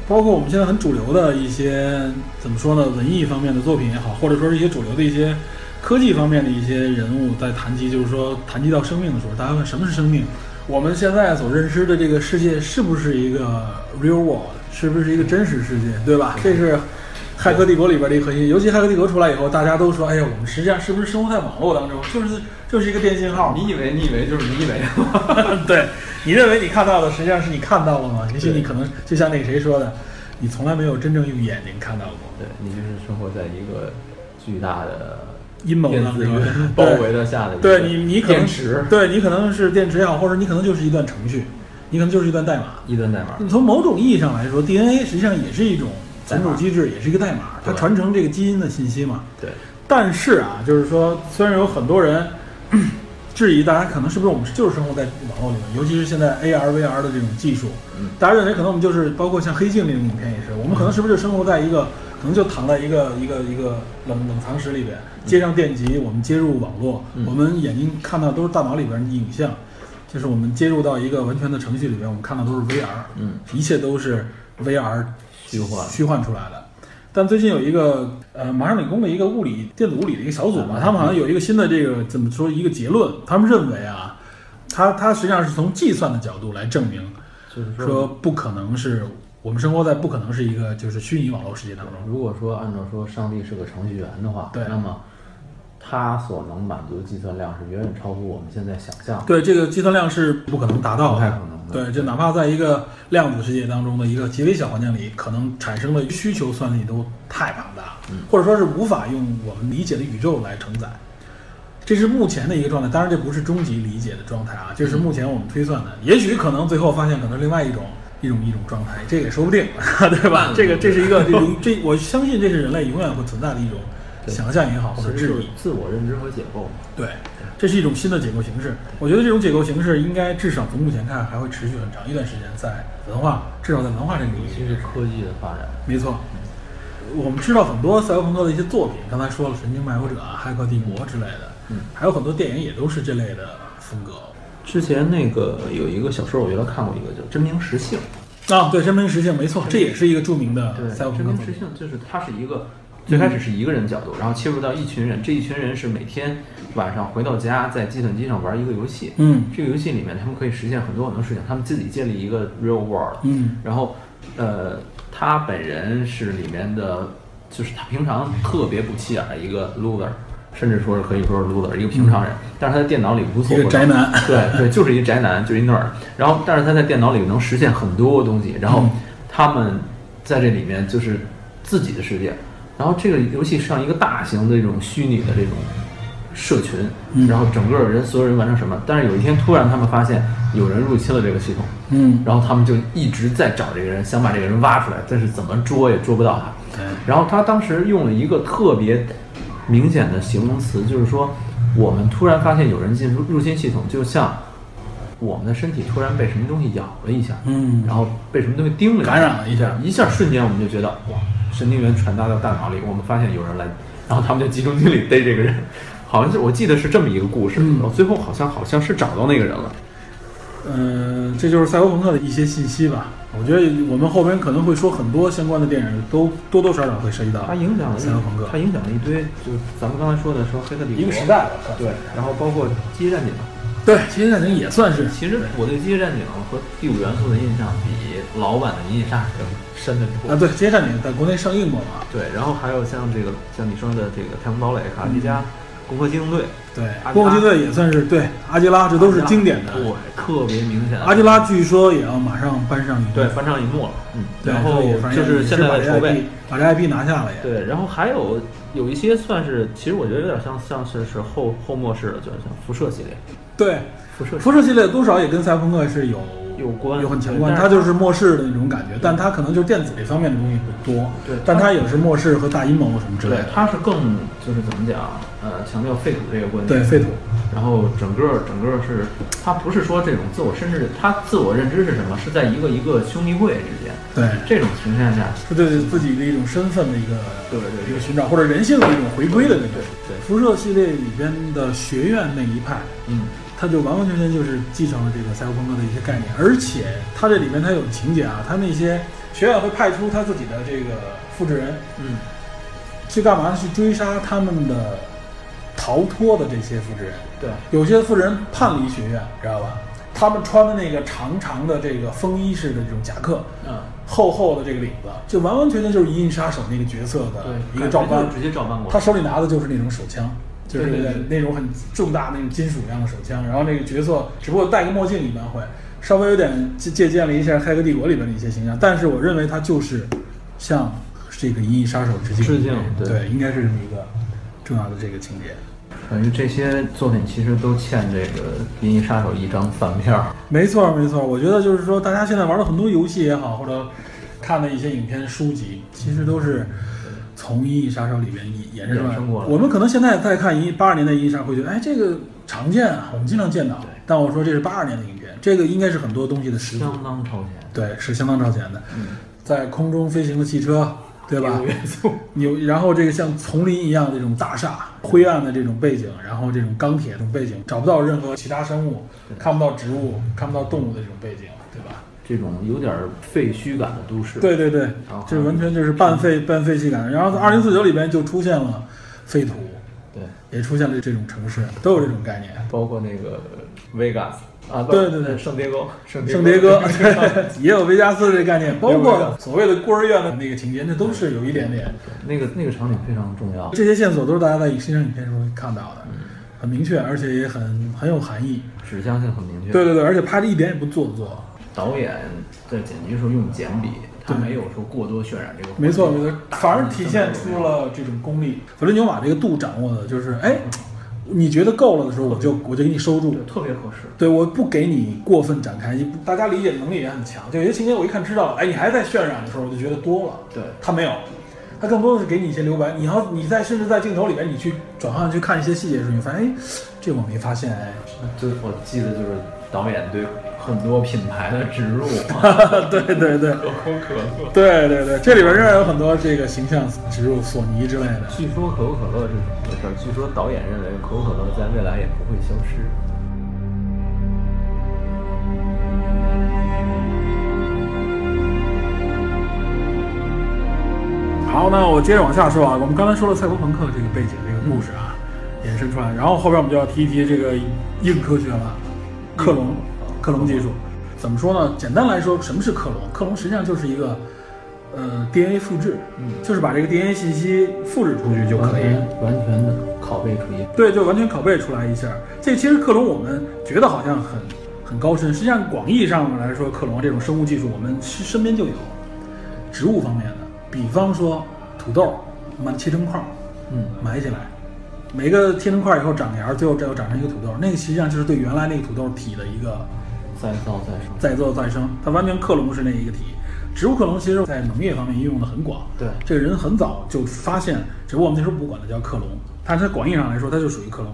Speaker 3: 包括我们现在很主流的一些怎么说呢，文艺方面的作品也好，或者说是一些主流的一些科技方面的一些人物，在谈及就是说谈及到生命的时候，大家问什么是生命？我们现在所认知的这个世界是不是一个 real world？是不是一个真实世界？对吧？这是《骇客帝国》里边的一个核心。尤其《骇客帝国》出来以后，大家都说：“哎呀，我们实际上是不是生活在网络当中？就是就是一个电信号嘛。”
Speaker 4: 你以为你以为就是你以 为，
Speaker 3: 对，你认为你看到的，实际上是你看到了吗？也许你可能就像那个谁说的，你从来没有真正用眼睛看到过
Speaker 4: 对你就是生活在一个巨大的
Speaker 3: 阴谋
Speaker 4: 电
Speaker 3: 当
Speaker 4: 子
Speaker 3: 中
Speaker 4: 云包
Speaker 3: 对
Speaker 4: 围的下的一个
Speaker 3: 对你，你可能
Speaker 4: 电池
Speaker 3: 对你可能是电池也好，或者你可能就是一段程序，你可能就是一段代码。嗯
Speaker 4: 一段代码，
Speaker 3: 你从某种意义上来说，DNA 实际上也是一种
Speaker 4: 代码
Speaker 3: 存储机制也是一个代码，它
Speaker 4: 对
Speaker 3: 传承这个基因的信息嘛。
Speaker 4: 对，
Speaker 3: 但是啊，就是说，虽然有很多人质疑大家可能是不是我们就是生活在网络里面，尤其是现在 AR、VR 的这种技术，
Speaker 4: 嗯
Speaker 3: 大家认为可能我们就是包括像《黑镜》这种影片也是，我们可能是不是就生活在一个可能就躺在一个一个一个冷冷藏室里边，接上电极，我们接入网络，
Speaker 4: 嗯
Speaker 3: 我们眼睛看到都是大脑里边的影像，就是我们接入到一个完全的程序里边，我们看到都是 VR，
Speaker 4: 嗯，
Speaker 3: 一切都是 VR
Speaker 4: 虚幻
Speaker 3: 虚幻出来的。但最近有一个呃，麻省理工的一个物理电子物理的一个小组嘛，
Speaker 4: 嗯
Speaker 3: 他们好像有一个新的这个怎么说一个结论，他们认为啊，它它实际上是从计算的角度来证明，
Speaker 4: 就是
Speaker 3: 说不可能是我们生活在不可能是一个就是虚拟网络世界当中。
Speaker 4: 如果说按照说上帝是个程序员的话，
Speaker 3: 对
Speaker 4: 那么他所能满足的计算量是远远超乎我们现在想象的。
Speaker 3: 对，这个计算量是不可能达到的，
Speaker 4: 不太可能的
Speaker 3: 对，就哪怕在一个量子世界当中的一个极微小环境里，可能产生的需求算力都太庞大了，
Speaker 4: 嗯
Speaker 3: 或者说是无法用我们理解的宇宙来承载。这是目前的一个状态，啊当然这不是终极理解的状态啊，这是目前我们推算的。也许可能最后发现可能是另外一种一种一种状态，这个也说不定， 对吧？这个这是一个这永这我相信这是人类永远会存在的一种
Speaker 4: 对
Speaker 3: 想象也好，或
Speaker 4: 其
Speaker 3: 者
Speaker 4: 实
Speaker 3: 质
Speaker 4: 就是
Speaker 3: 疑。
Speaker 4: 自我认知和解构嘛。
Speaker 3: 对，这是一种新的解构形式。我觉得这种解构形式应该至少从目前看还会持续很长一段时间，在文化，至少在文化这个领
Speaker 4: 尤
Speaker 3: 域。
Speaker 4: 其是科技的发展，
Speaker 3: 没错，我们知道很多赛博朋克的一些作品，刚才说了《神经漫游者》啊、《骇客帝国》之类的，
Speaker 4: 嗯
Speaker 3: 还有很多电影也都是这类的风格。
Speaker 4: 之前那个有一个小说，我原来看过一个叫《真名实姓》。
Speaker 3: 啊，对，《真名实姓》没错，这也是一个著名的
Speaker 4: 在
Speaker 3: 赛博
Speaker 4: 知
Speaker 3: 朋
Speaker 4: 名
Speaker 3: 克作
Speaker 4: 实
Speaker 3: 品。
Speaker 4: 性就是它是一个最开始是一个人角度，然后切入到一群人，这一群人是每天晚上回到家在计算机上玩一个游戏，
Speaker 3: 嗯
Speaker 4: 这个游戏里面他们可以实现很多很多事情，他们自己建立一个 real world，
Speaker 3: 嗯，
Speaker 4: 然后呃，他本人是里面的，就是他平常特别不起眼的一个 loser。甚至说是可以说是 loser，一个平常人，但是他在电脑里无所
Speaker 3: 嗯一
Speaker 4: 不
Speaker 3: 个
Speaker 4: 能，
Speaker 3: 宅男
Speaker 4: 对对，就是一宅男，就是一 nerd。然后，但是他在电脑里能实现很多东西，然后
Speaker 3: 嗯
Speaker 4: 他们在这里面就是自己的世界。然后这个游戏上一个大型的这种虚拟的这种社群，
Speaker 3: 嗯
Speaker 4: 然后整个人所有人完成什么？但是有一天突然他们发现有人入侵了这个系统，
Speaker 3: 嗯，
Speaker 4: 然后他们就一直在找这个人，想把这个人挖出来，但是怎么捉也捉不到他。
Speaker 3: 对，
Speaker 4: 然后他当时用了一个特别明显的形容词，就是说，我们突然发现有人进入入侵系统，就像我们的身体突然被什么东西咬了一下，
Speaker 3: 嗯
Speaker 4: 然后被什么东西叮了一下
Speaker 3: 感染了一下
Speaker 4: 一下瞬间我们就觉得哇，神经元传达到大脑里，我们发现有人来，然后他们就集中精力逮这个人，好像是我记得是这么一个故事，
Speaker 3: 嗯
Speaker 4: 然后最后好像好像是找到那个人了，
Speaker 3: 嗯，这就是赛博朋克的一些信息吧。我觉得我们后边可能会说很多相关的电影，都多多少少会涉及到
Speaker 4: 它影响了
Speaker 3: 赛博朋
Speaker 4: 一，
Speaker 3: 克
Speaker 4: 它影响了一堆，就是咱们刚才说的说黑客帝国
Speaker 3: 一个时代了。
Speaker 4: 对，然后包括机械战警。
Speaker 3: 对，《机械战警》也算是
Speaker 4: 其实我对《机械战警》和《第五元素》的印象比老版的《银翼杀手》深得多。
Speaker 3: 啊，对，《机械战警》在国内上映过啊嘛？
Speaker 4: 对，然后还有像这个像你说的这个《太空堡垒》《卡
Speaker 3: 嗯
Speaker 4: 迪加》攻壳机动队》，
Speaker 3: 对，《
Speaker 4: 阿基拉
Speaker 3: 攻壳机队》也算是对，《阿基拉》这都是经典的。
Speaker 4: 对，特别明显。
Speaker 3: 《阿基拉》据说也要马上搬上荧
Speaker 4: 对
Speaker 3: 幕，
Speaker 4: 翻唱一幕了，嗯，
Speaker 3: 对，
Speaker 4: 然后
Speaker 3: 这也反正
Speaker 4: 就是
Speaker 3: 也
Speaker 4: 现在
Speaker 3: 把
Speaker 4: 的
Speaker 3: 这
Speaker 4: 筹
Speaker 3: IP
Speaker 4: 备。
Speaker 3: 把这 IP 拿下了也。
Speaker 4: 对，然后还有有一些算是，其实我觉得有点像像是是后后末世的，就是像辐射系列，
Speaker 3: 对，
Speaker 4: 辐射系列
Speaker 3: 辐射系列多少也跟赛博朋克是有
Speaker 4: 有关
Speaker 3: 有很强
Speaker 4: 对
Speaker 3: 关。
Speaker 4: 但
Speaker 3: 它
Speaker 4: 是
Speaker 3: 就是末世的那种感觉，但它可能就是电子这方面的东西不多。
Speaker 4: 对
Speaker 3: 但
Speaker 4: 它
Speaker 3: 它也是末世和大阴谋什么之类
Speaker 4: 对
Speaker 3: 的。，
Speaker 4: 它是更就是怎么讲，呃，强调废土这个观
Speaker 3: 对，
Speaker 4: 点，
Speaker 3: 废土。
Speaker 4: 然后整个整个是，他不是说这种自我甚至他自我认知是什么？是在一个一个兄弟会之间，
Speaker 3: 对，
Speaker 4: 这种情况下，
Speaker 3: 是对自己的一种身份的一个
Speaker 4: 对对对
Speaker 3: 一个寻找，或者人性的一种回归的那种。
Speaker 4: 对对
Speaker 3: 辐射系列里边的学院那一派，
Speaker 4: 嗯，
Speaker 3: 它就完完全全就是继承了这个赛博朋克的一些概念，而且它这里面它有情节啊，它那些学院会派出他自己的这个复制人
Speaker 4: 嗯，
Speaker 3: 去干嘛？去追杀他们的逃脱的这些复制人。
Speaker 4: 对，
Speaker 3: 有些复制人叛离学院，知道吧？他们穿的那个长长的这个风衣式的这种夹克，
Speaker 4: 嗯，
Speaker 3: 厚厚的这个领子，就完完全全就是《银翼杀手》那个角色的
Speaker 4: 对，
Speaker 3: 一个照搬
Speaker 4: 感觉就。直接照搬过
Speaker 3: 他
Speaker 4: 来，
Speaker 3: 手里拿的就是那种手枪，就是
Speaker 4: 对对对
Speaker 3: 那种很重大那种金属一样的手枪。然后那个角色只不过戴个墨镜，一般会稍微有点借借鉴了一下《黑客帝国》里边的一些形象，但是我认为他就是向这个《银翼杀手》致敬。
Speaker 4: 致敬
Speaker 3: 对
Speaker 4: 对
Speaker 3: 应该是这么一个重要的这个情节。
Speaker 4: 等于这些作品其实都欠这个《银翼杀手》一张饭票。
Speaker 3: 没错，没错，我觉得就是说，大家现在玩的很多游戏也好，或者看的一些影片、书籍，其实都是从《银翼杀手》里面衍生出
Speaker 4: 衍
Speaker 3: 来
Speaker 4: 生过来
Speaker 3: 我们可能现在再看一八二年的《银翼杀手》，会觉得哎，这个常见啊，我们经常见到
Speaker 4: 对。嗯
Speaker 3: 但我说这是八二年的影片，这个应该是很多东西的始祖，
Speaker 4: 相当超前，
Speaker 3: 对，是相当超前的。在空中飞行的汽车，对吧？
Speaker 4: 有元素，
Speaker 3: 有，然后这个像丛林一样的这种大厦，灰暗的这种背景，然后这种钢铁这种背景，找不到任何其他生物，看不到植物，看不到动物的这种背景，对吧？
Speaker 4: 这种有点废墟感的都市，
Speaker 3: 对对对
Speaker 4: 啊，
Speaker 3: 这完全就是半
Speaker 4: 嗯
Speaker 3: 废半废弃感。然后在二零四九里边就出现了废土，
Speaker 4: 对，
Speaker 3: 也出现了这种城市，都有这种概念。
Speaker 4: 包括那个 Vegas 啊，不
Speaker 3: 对对对
Speaker 4: 圣迭戈，圣
Speaker 3: 圣迭戈 对也有维加斯这概念，哎包
Speaker 4: 也有维加
Speaker 3: 括所谓的孤儿院的那个情节，那都是有一点点。
Speaker 4: 那个那个场景非常重要，
Speaker 3: 这些线索都是大家在欣赏影片时候会看到的，很明确，而且也很很有含义。
Speaker 4: 指向性很明确。
Speaker 3: 对对对，而且拍的一点也不做作。
Speaker 4: 导演在剪辑的时候用简笔，他
Speaker 3: 对
Speaker 4: 没有说过多渲染这个环境。
Speaker 3: 没错没错，反而体现出了这种功力。弗伦纽瓦这个度掌握的就是，哎，你觉得够了的时候，我就我就给你收住
Speaker 4: 对，。特别合适。
Speaker 3: 对，我不给你过分展开，大家理解能力也很强。就有些情节我一看知道了，哎，你还在渲染的时候，我就觉得多了。
Speaker 4: 对
Speaker 3: 他没有，他更多的是给你一些留白。你要你在甚至在镜头里边，你去转换去看一些细节的时候，你发现，哎，这我没发现，哎，
Speaker 4: 就我记得就是导演对很多品牌的植 入，
Speaker 3: 对对对
Speaker 4: 可口可乐。
Speaker 3: 对对对，这里边仍然有很多这个形象植入，索尼之类的。
Speaker 4: 据说可口可乐是怎么回事儿？据说导演认为可口可乐在未来也不会消失。
Speaker 3: 好，那我接着往下说啊，我们刚才说了赛博朋克这个背景这个故事啊，衍生出来，然后后边我们就要提一提这个硬科学了，克隆，克隆技术，怎么说呢？简单来说，什么是克隆？克隆实际上就是一个，呃，DNA 复制，
Speaker 4: 嗯
Speaker 3: 就是把这个 DNA 信息复制出去就可以。
Speaker 4: 完全的拷贝出一
Speaker 3: 对，就完全拷贝出来一下。这其实克隆我们觉得好像很很高深，实际上广义上来说，克隆这种生物技术我们身身边就有，植物方面的，比方说土豆，我们把它切成块儿，
Speaker 4: 嗯，
Speaker 3: 埋起来，每个切成块儿以后长芽儿，最后再又长成一个土豆，那个实际上就是对原来那个土豆体的一个
Speaker 4: 再造再生。
Speaker 3: 再造再生，它完全克隆是那一个体。植物克隆其实在农业方面应用的很广，
Speaker 4: 对
Speaker 3: 这个人很早就发现，只不过我们那时候不管它叫克隆，但它广义上来说它就属于克隆，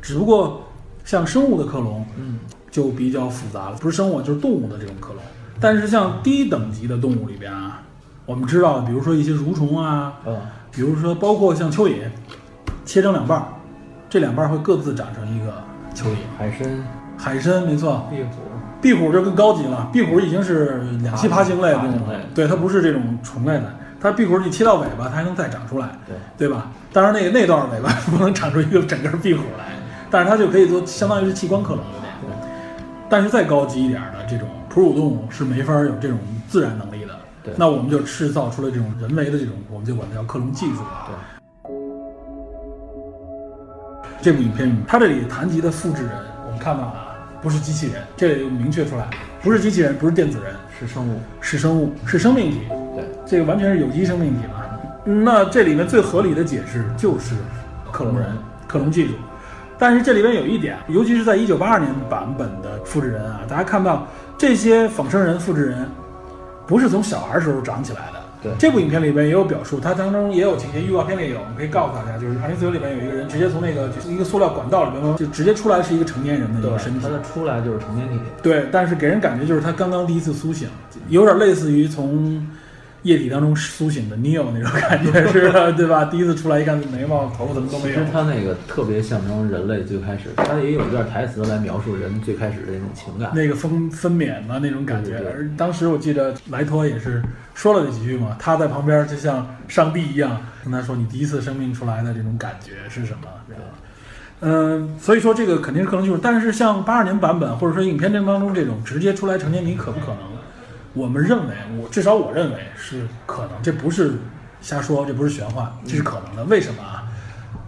Speaker 3: 只不过像生物的克隆，
Speaker 4: 嗯，
Speaker 3: 就比较复杂了，不是生物就是动物的这种克隆。但是像低等级的动物里边啊，我们知道，比如说一些蠕虫啊，
Speaker 4: 嗯，
Speaker 3: 比如说包括像蚯蚓，切成两半儿，这两半儿会各自长成一个蚯蚓。
Speaker 4: 海参、
Speaker 3: 海参没错，
Speaker 4: 壁虎，
Speaker 3: 壁虎就更高级了，壁虎已经是两栖爬行类的
Speaker 4: 爬行
Speaker 3: 动物
Speaker 4: 类
Speaker 3: 了，对，它不是这种虫类的。它壁虎你切到尾巴，它还能再长出来，
Speaker 4: 对，
Speaker 3: 对吧？当然那个那段尾巴 不能长出一个整个壁虎来，但是它就可以做相当于是器官克隆有点。但是再高级一点的这种哺乳动物是没法有这种自然能力的
Speaker 4: 对，
Speaker 3: 那我们就制造出了这种人为的这种，我们就管它叫克隆技术。
Speaker 4: 对。
Speaker 3: 这部影片里面，它这里谈及的复制人，我们看到啊，不是机器人，这里就明确出来，不是机器人，不是电子人，
Speaker 4: 是生物。
Speaker 3: 是生物，是生命体，
Speaker 4: 对，
Speaker 3: 这个完全是有机生命体嘛。那这里面最合理的解释就是克隆人、克隆技术。但是这里边有一点，尤其是在1982年版本的复制人啊，大家看到这些仿生人、复制人，不是从小孩时候长起来的。
Speaker 4: 对
Speaker 3: 这部影片里边也有表述，它当中也有情节，预告片里也有，我们可以告诉大家，就是《二零四九》里边有一个人直接从那个就是一个塑料管道里边就直接出来是一个成年人的一个身体，
Speaker 4: 它的出来就是成年体。
Speaker 3: 对，但是给人感觉就是他刚刚第一次苏醒，有点类似于从液体当中苏醒的 Neo 那种感觉似 的，对吧？第一次出来一看，眉毛、头发怎么都
Speaker 4: 其
Speaker 3: 没有
Speaker 4: 实。它那个特别象征人类最开始，它也有一段台词来描述人最开始的那种情感。
Speaker 3: 那个分分娩啊的那种感觉
Speaker 4: 对对，对
Speaker 3: 而当时我记得莱托也是说了这几句嘛，他在旁边就像上帝一样跟他说：“你第一次生命出来的这种感觉是什么？”对吧？嗯、所以说这个肯定是克隆技术，但是像八二年版本或者说影片当中这种直接出来成年体可不可能？我们认为，我至少我认为是可能，这不是瞎说，这不是玄幻，这是可能的。为什么啊？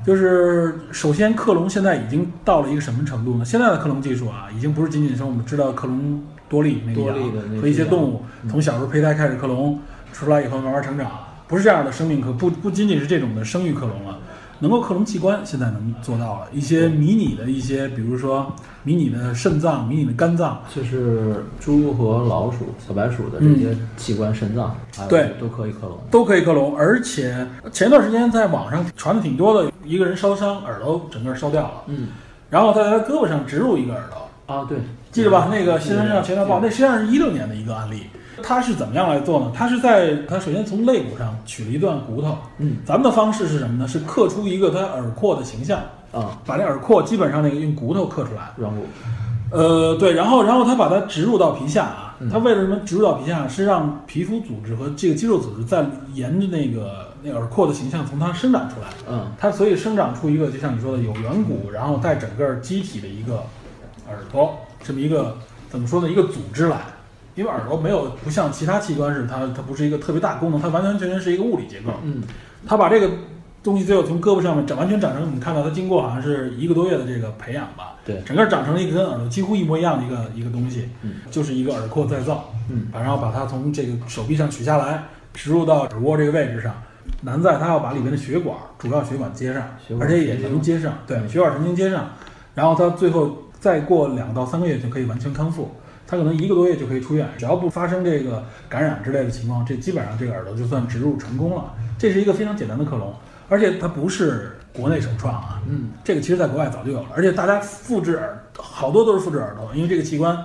Speaker 3: 就是首先，克隆现在已经到了一个什么程度呢？现在的克隆技术啊，已经不是仅仅是我们知道克隆多利那个
Speaker 4: 多利的那
Speaker 3: 羊
Speaker 4: 只
Speaker 3: 和一些
Speaker 4: 羊
Speaker 3: 动物从小时候胚胎开始克隆，出来以后慢慢成长，不是这样的生命克，不不仅仅是这种的生育克隆了，能够克隆器官，现在能做到了一些迷你的一些，比如说迷你的肾脏、迷你的肝脏，
Speaker 4: 就是猪和老鼠、小白鼠的这些器官、肾脏，还有
Speaker 3: 嗯对
Speaker 4: 都可以克隆。
Speaker 3: 都可以克隆。而且前段时间在网上传的挺多的，一个人烧伤，耳朵整个烧掉了，
Speaker 4: 嗯，
Speaker 3: 然后他在他胳膊上植入一个耳朵，
Speaker 4: 啊，对，
Speaker 3: 记得吧？那个新闻上前段报，那实际上是一六年的一个案例。他是怎么样来做呢？他是在他首先从肋骨上取了一段骨头，
Speaker 4: 嗯，
Speaker 3: 咱们的方式是什么呢？是刻出一个他耳廓的形象，
Speaker 4: 啊，
Speaker 3: 把那耳廓基本上那个用骨头刻出来。
Speaker 4: 软骨，
Speaker 3: 呃，对，然后然后他把它植入到皮下啊
Speaker 4: 嗯，
Speaker 3: 他为了什么植入到皮下？是让皮肤组织和这个肌肉组织在沿着那个那耳廓的形象从它生长出来，
Speaker 4: 嗯，
Speaker 3: 它所以生长出一个就像你说的有圆骨，然后带整个机体的一个耳朵这么一个怎么说呢一个组织来，因为耳朵没有不像其他器官是它它不是一个特别大功能，它完完全全是一个物理结构，
Speaker 4: 嗯，
Speaker 3: 他把这个东西最后从胳膊上面长完全长成，我们看到他经过好像是一个多月的这个培养吧，
Speaker 4: 对
Speaker 3: 整个长成了一个跟耳朵几乎一模一样的一个一个东西，
Speaker 4: 嗯，
Speaker 3: 就是一个耳廓再造，
Speaker 4: 嗯，
Speaker 3: 然后把它从这个手臂上取下来，植入到耳蜗这个位置上。难在它要把里面的血管，主要血管接上
Speaker 4: 血，管
Speaker 3: 而且也
Speaker 4: 神经
Speaker 3: 能接上，对，
Speaker 4: 嗯
Speaker 3: 血管神经接上，然后它最后再过两到三个月就可以完全康复，它可能一个多月就可以出院，只要不发生这个感染之类的情况，这基本上这个耳朵就算植入成功了。这是一个非常简单的克隆，而且它不是国内首创啊，
Speaker 4: 嗯，
Speaker 3: 这个其实在国外早就有了，而且大家复制耳好多都是复制耳朵，因为这个器官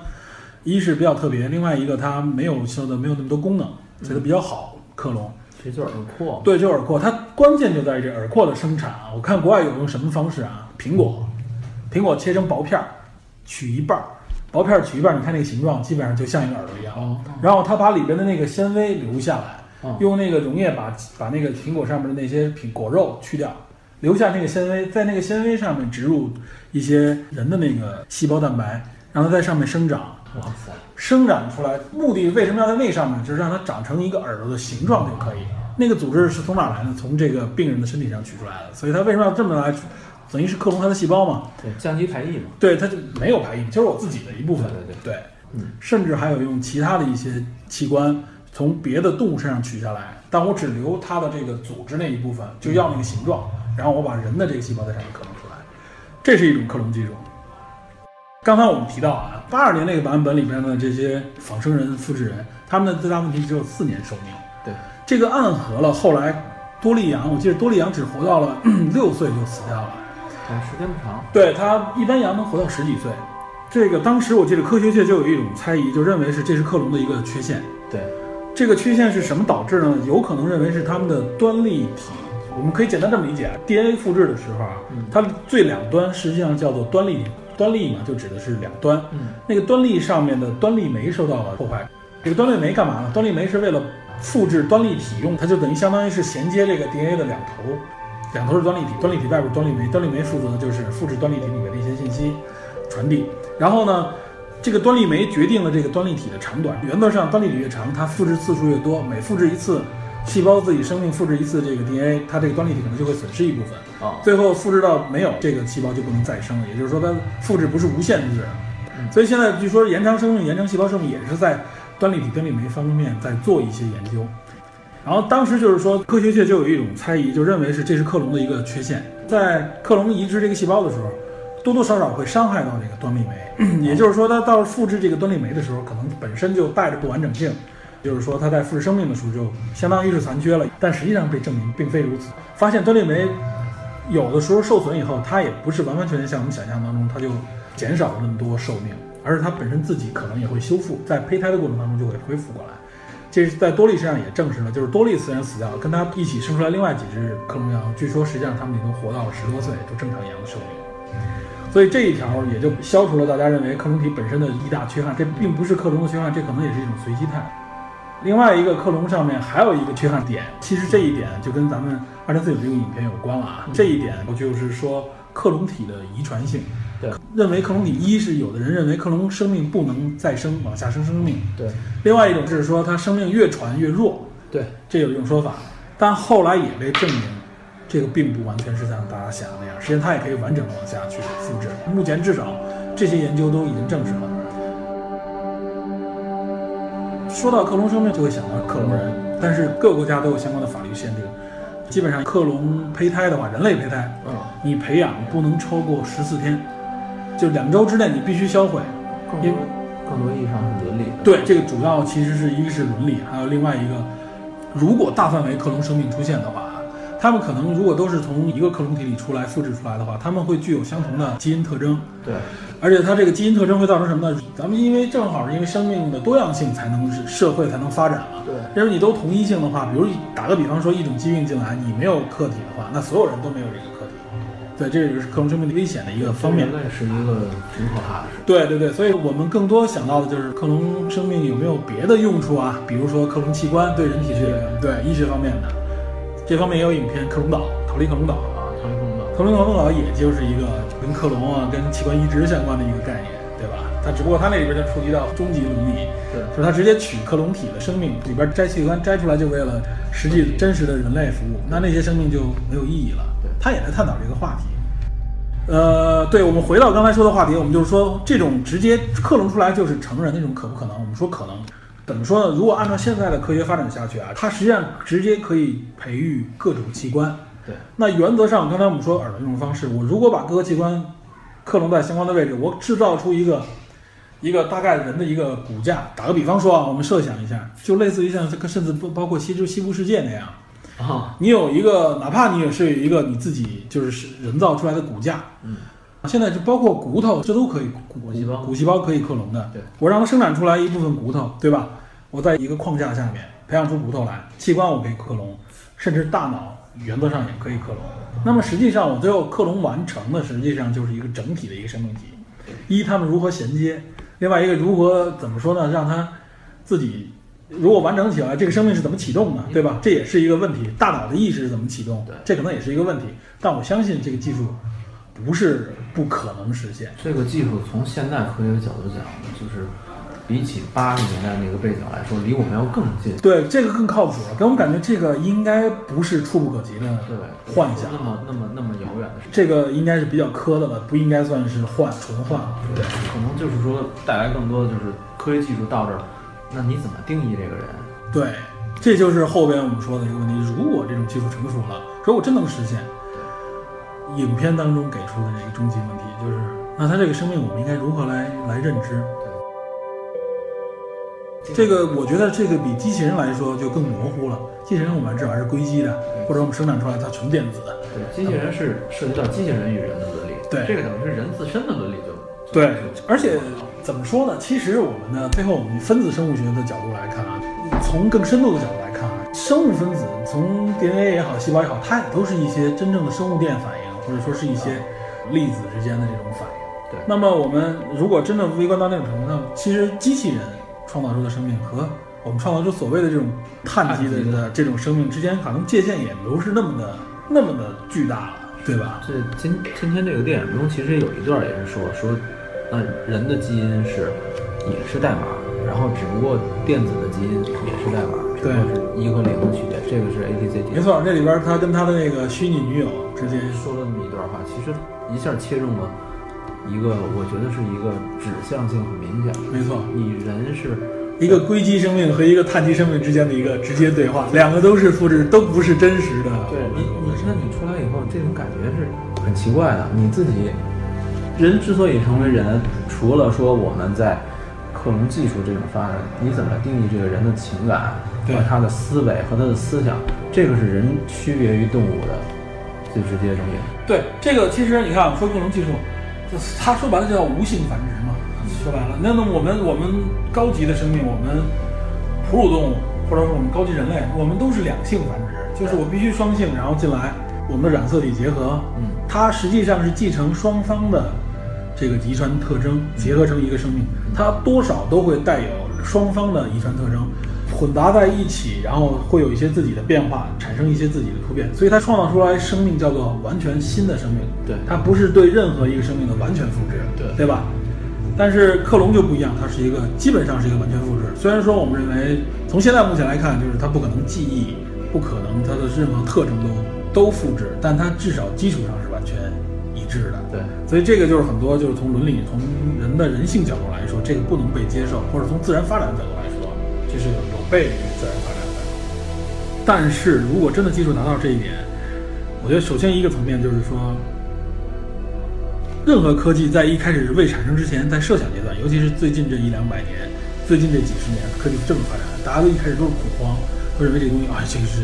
Speaker 3: 一是比较特别，另外一个它没有说的没有那么多功能，所以嗯它比较好克隆。
Speaker 4: 这就是耳廓嘛，
Speaker 3: 对，就耳廓，它关键就在于这耳廓的生产啊。我看国外有用什么方式啊？苹果，苹果切成薄片儿，取一半儿，薄片儿取一半儿，你看那个形状，基本上就像一个耳朵一样。
Speaker 4: 哦
Speaker 3: 然后它把里边的那个纤维留下来，
Speaker 4: 嗯
Speaker 3: 用那个溶液把把那个苹果上面的那些苹果肉去掉，留下那个纤维，在那个纤维上面植入一些人的那个细胞蛋白，让它在上面生长。
Speaker 4: 哇塞，
Speaker 3: 生长出来，呃目的为什么要在那上面？就是让它长成一个耳朵的形状就可以。那个组织是从哪儿来呢？从这个病人的身体上取出来的，所以它为什么要这么来？等于是克隆它的细胞嘛？
Speaker 4: 对，降低排异嘛，
Speaker 3: 对，它就没有排异，就是我自己的一部分。
Speaker 4: 对对
Speaker 3: 对
Speaker 4: 嗯
Speaker 3: 甚至还有用其他的一些器官从别的动物身上取下来，但我只留它的这个组织那一部分，就要那个形状，然后我把人的这个细胞在上面克隆出来，这是一种克隆技术。刚才我们提到啊，八二年那个版本里边的这些仿生人、复制人，他们的最大问题只有四年寿命。
Speaker 4: 对，
Speaker 3: 这个暗合了后来多利羊，我记得多利羊只活到了 六岁就死掉了。
Speaker 4: 但啊时间不长，
Speaker 3: 对它一般羊能活到十几岁。这个当时我记得科学界就有一种猜疑，就认为是这是克隆的一个缺陷。
Speaker 4: 对，
Speaker 3: 这个缺陷是什么导致呢？有可能认为是它们的端粒体。我们可以简单这么理解：DNA 啊复制的时候啊
Speaker 4: 嗯，
Speaker 3: 它最两端实际上叫做端粒体，端粒嘛就指的是两端。
Speaker 4: 嗯，
Speaker 3: 那个端粒上面的端粒酶受到了破坏。这个端粒酶干嘛呢？端粒酶是为了复制端粒体用，它就等于相当于是衔接这个 DNA 的两头，两头是端粒体，端粒体外边是端粒酶，端粒酶负责的就是复制端粒体里面的一些信息传递。然后呢，这个端粒酶决定了这个端粒体的长短。原则上，端粒体越长，它复制次数越多，每复制一次，细胞自己生命复制一次这个 DNA，它这个端粒体可能就会损失一部分。
Speaker 4: 啊，
Speaker 3: 最后复制到没有这个细胞就不能再生了，也就是说它复制不是无限制的。
Speaker 4: 嗯
Speaker 3: 所以现在据说延长生命、延长细胞寿命也是在端粒体、端粒酶方面在做一些研究。然后当时就是说，科学界就有一种猜疑，就认为是这是克隆的一个缺陷。在克隆移植这个细胞的时候，多多少少会伤害到这个端粒酶，也就是说，它到复制这个端粒酶的时候，可能本身就带着不完整性，就是说它在复制生命的时候就相当于是残缺了。但实际上被证明并非如此，发现端粒酶有的时候受损以后，它也不是完完全全像我们想象当中，它就减少了那么多寿命，而是它本身自己可能也会修复，在胚胎的过程当中就会恢复过来。这是在多利身上也证实了，就是多利虽然死掉了，跟他一起生出来另外几只克隆羊，据说实际上他们也能活到了十多岁，就正常羊的寿命。所以这一条也就消除了大家认为克隆体本身的一大缺憾，这并不是克隆的缺憾，这可能也是一种随机态。另外一个克隆上面还有一个缺憾点，其实这一点就跟咱们二零四九这个影片有关了啊。这一点就是说克隆体的遗传性，
Speaker 4: 对，
Speaker 3: 认为克隆体一是有的人认为克隆生命不能再生，往下生生命；
Speaker 4: 对，
Speaker 3: 另外一种是说它生命越传越弱，
Speaker 4: 对，
Speaker 3: 这有一种说法，但后来也被证明，这个并不完全是像大家想的那样，实际上它也可以完整的往下去复制。目前至少这些研究都已经证实了。说到克隆生命，就会想到克隆人，但是各个国家都有相关的法律限定。基本上克隆胚胎的话，人类胚胎，
Speaker 4: 嗯，
Speaker 3: 你培养不能超过十四天，就两周之内你必须销毁。
Speaker 4: 更
Speaker 3: 因
Speaker 4: 多更多意义上是伦理的。
Speaker 3: 对，这个主要其实是一个是伦理，还有另外一个，如果大范围克隆生命出现的话啊，他们可能如果都是从一个克隆体里出来复制出来的话，他们会具有相同的基因特征，
Speaker 4: 对，
Speaker 3: 而且它这个基因特征会造成什么呢？咱们因为正好是因为生命的多样性才能是社会才能发展嘛。
Speaker 4: 对，
Speaker 3: 因为你都同一性的话，比如打个比方说，一种疾病进来，你没有客体的话，那所有人都没有这个客体。对，这也是克隆生命的危险的一个方面
Speaker 4: 人。类是一个挺可怕的事。
Speaker 3: 对对对，所以我们更多想到的就是克隆生命有没有别的用处啊？比如说克隆器官对人体是对医学方面的，这方面也有影片《克隆岛》《逃离克隆岛》。
Speaker 4: 啊，成功的。
Speaker 3: 克隆克隆岛啊也就是一个跟克隆啊、跟器官移植相关的一个概念，对吧？它只不过它那里边就触及到终极伦理，
Speaker 4: 对
Speaker 3: 就是它直接取克隆体的生命里边摘器官摘出来，就为了实际真实的人类服务，那那些生命就没有意义了
Speaker 4: 对。
Speaker 3: 它也在探讨这个话题。呃，对，我们回到刚才说的话题，我们就是说这种直接克隆出来就是成人那种可不可能？我们说可能，怎么说呢？如果按照现在的科学发展下去啊，它实际上直接可以培育各种器官，
Speaker 4: 对，
Speaker 3: 那原则上，刚才我们说耳朵这种方式，我如果把各个器官克隆在相关的位置，我制造出一个一个大概人的一个骨架。打个比方说啊，我们设想一下，就类似于像这个，甚至不包括西周西部世界那样，
Speaker 4: 啊，
Speaker 3: 你有一个，哪怕你也是有一个你自己就是人造出来的骨架，
Speaker 4: 嗯，
Speaker 3: 现在就包括骨头，这都可以骨
Speaker 4: 骨细胞
Speaker 3: 骨细胞可以克隆的。
Speaker 4: 对，
Speaker 3: 我让它生产出来一部分骨头，对吧？我在一个框架下面培养出骨头来，器官我可以克隆，甚至大脑原则上也可以克隆。那么实际上，我最后克隆完成的实际上就是一个整体的一个生命体。一，它们如何衔接；另外一个，如何怎么说呢？让它自己如果完整起来，这个生命是怎么启动的，对吧？这也是一个问题。大脑的意识是怎么启动
Speaker 4: 嗯对？
Speaker 3: 这可能也是一个问题。但我相信这个技术不是不可能实现。
Speaker 4: 这个技术从现代科学角度讲，就是比起八十年代那个背景来说，离我们要更近。
Speaker 3: 对，这个更靠谱了。给我们感觉这个应该不是触不可及的
Speaker 4: 对，
Speaker 3: 幻想
Speaker 4: 那，么那么那么遥远的事情，
Speaker 3: 这个应该是比较苛的了，不应该算是幻纯幻。对，
Speaker 4: 可能就是说带来更多的就是科学技术到这儿，那你怎么定义这个人？
Speaker 3: 对，这就是后边我们说的一个问题。如果这种技术成熟了，如果真能实现，影片当中给出的这个终极问题就是，那他这个生命我们应该如何来来认知？这个我觉得这个比机器人来说就更模糊了。机器人我们至少还是硅基的，或者我们生产出来它纯电子的。
Speaker 4: 对，机器人是涉及到机器人与人的伦理，
Speaker 3: 对
Speaker 4: 这个等于是人自身的伦理就
Speaker 3: 对
Speaker 4: 就，
Speaker 3: 而且怎么说呢？其实我们呢，最后我们分子生物学的角度来看啊，从更深度的角度来看啊，生物分子从 DNA 也好，细胞也好，它也都是一些真正的生物电反应，或者说是一些粒子之间的这种反应。
Speaker 4: 对
Speaker 3: 那么我们如果真的微观到那种程度，那么其实机器人创造出的生命和我们创造出所谓的这种碳基
Speaker 4: 碳基
Speaker 3: 的这种生命之间，可能界限也不是那么的那么的巨大了，对吧？
Speaker 4: 这今今天这个电影中其实有一段也是说说，那人的基因是也是代码，然后只不过电子的基因也是代码，只
Speaker 3: 对
Speaker 4: 不过是一和零的区别，这个是 A T Z
Speaker 3: 没
Speaker 4: T。
Speaker 3: 错，这里边他跟他的那个虚拟女友之间
Speaker 4: 说了那么一段话，其实一下切中了一个，我觉得是一个指向性很明显。
Speaker 3: 没错，
Speaker 4: 你人是
Speaker 3: 一个硅基生命和一个碳基生命之间的一个直接对话，两个都是复制，都不是真实的。
Speaker 4: 你你那你出来以后，这种感觉是很奇怪的。你自己人之所以成为人，除了说我们在克隆技术这种发展，你怎么定义这个人的情感
Speaker 3: 对
Speaker 4: 和他的思维和他的思想，这个是人区别于动物的最直接的东西。
Speaker 3: 对这个，其实你看，我们说各种技术，就是它说白了就叫无性繁殖嘛。说白了，那那我们我们高级的生命，我们哺乳动物，或者说我们高级人类，我们都是两性繁殖，就是我必须双性，然后进来，我们的染色体结合，
Speaker 4: 嗯
Speaker 3: 它实际上是继承双方的这个遗传特
Speaker 4: 嗯
Speaker 3: 征，结合成一个生命，它多少都会带有双方的遗传特征。混杂在一起，然后会有一些自己的变化，产生一些自己的突变，所以它创造出来生命叫做完全新的生命。
Speaker 4: 对
Speaker 3: 它不是对任何一个生命的完全复制，
Speaker 4: 对
Speaker 3: 对吧？但是克隆就不一样，它是一个基本上是一个完全复制。虽然说我们认为从现在目前来看，就是它不可能记忆，不可能它的任何特征都都复制，但它至少基础上是完全一致的。
Speaker 4: 对，
Speaker 3: 所以这个就是很多就是从伦理、从人的人性角度来说，这个不能被接受，或者从自然发展角度来说，这是有有悖于自然发展的。
Speaker 2: 但是如果真的技术达到这一点，我觉得首先一个层面就是说，任何科技在一开始未产生之前，在设想阶段，尤其是最近这一两百年，最近这几十年，科技这么发展，大家都一开始都是恐慌，都认为这东西啊，这个是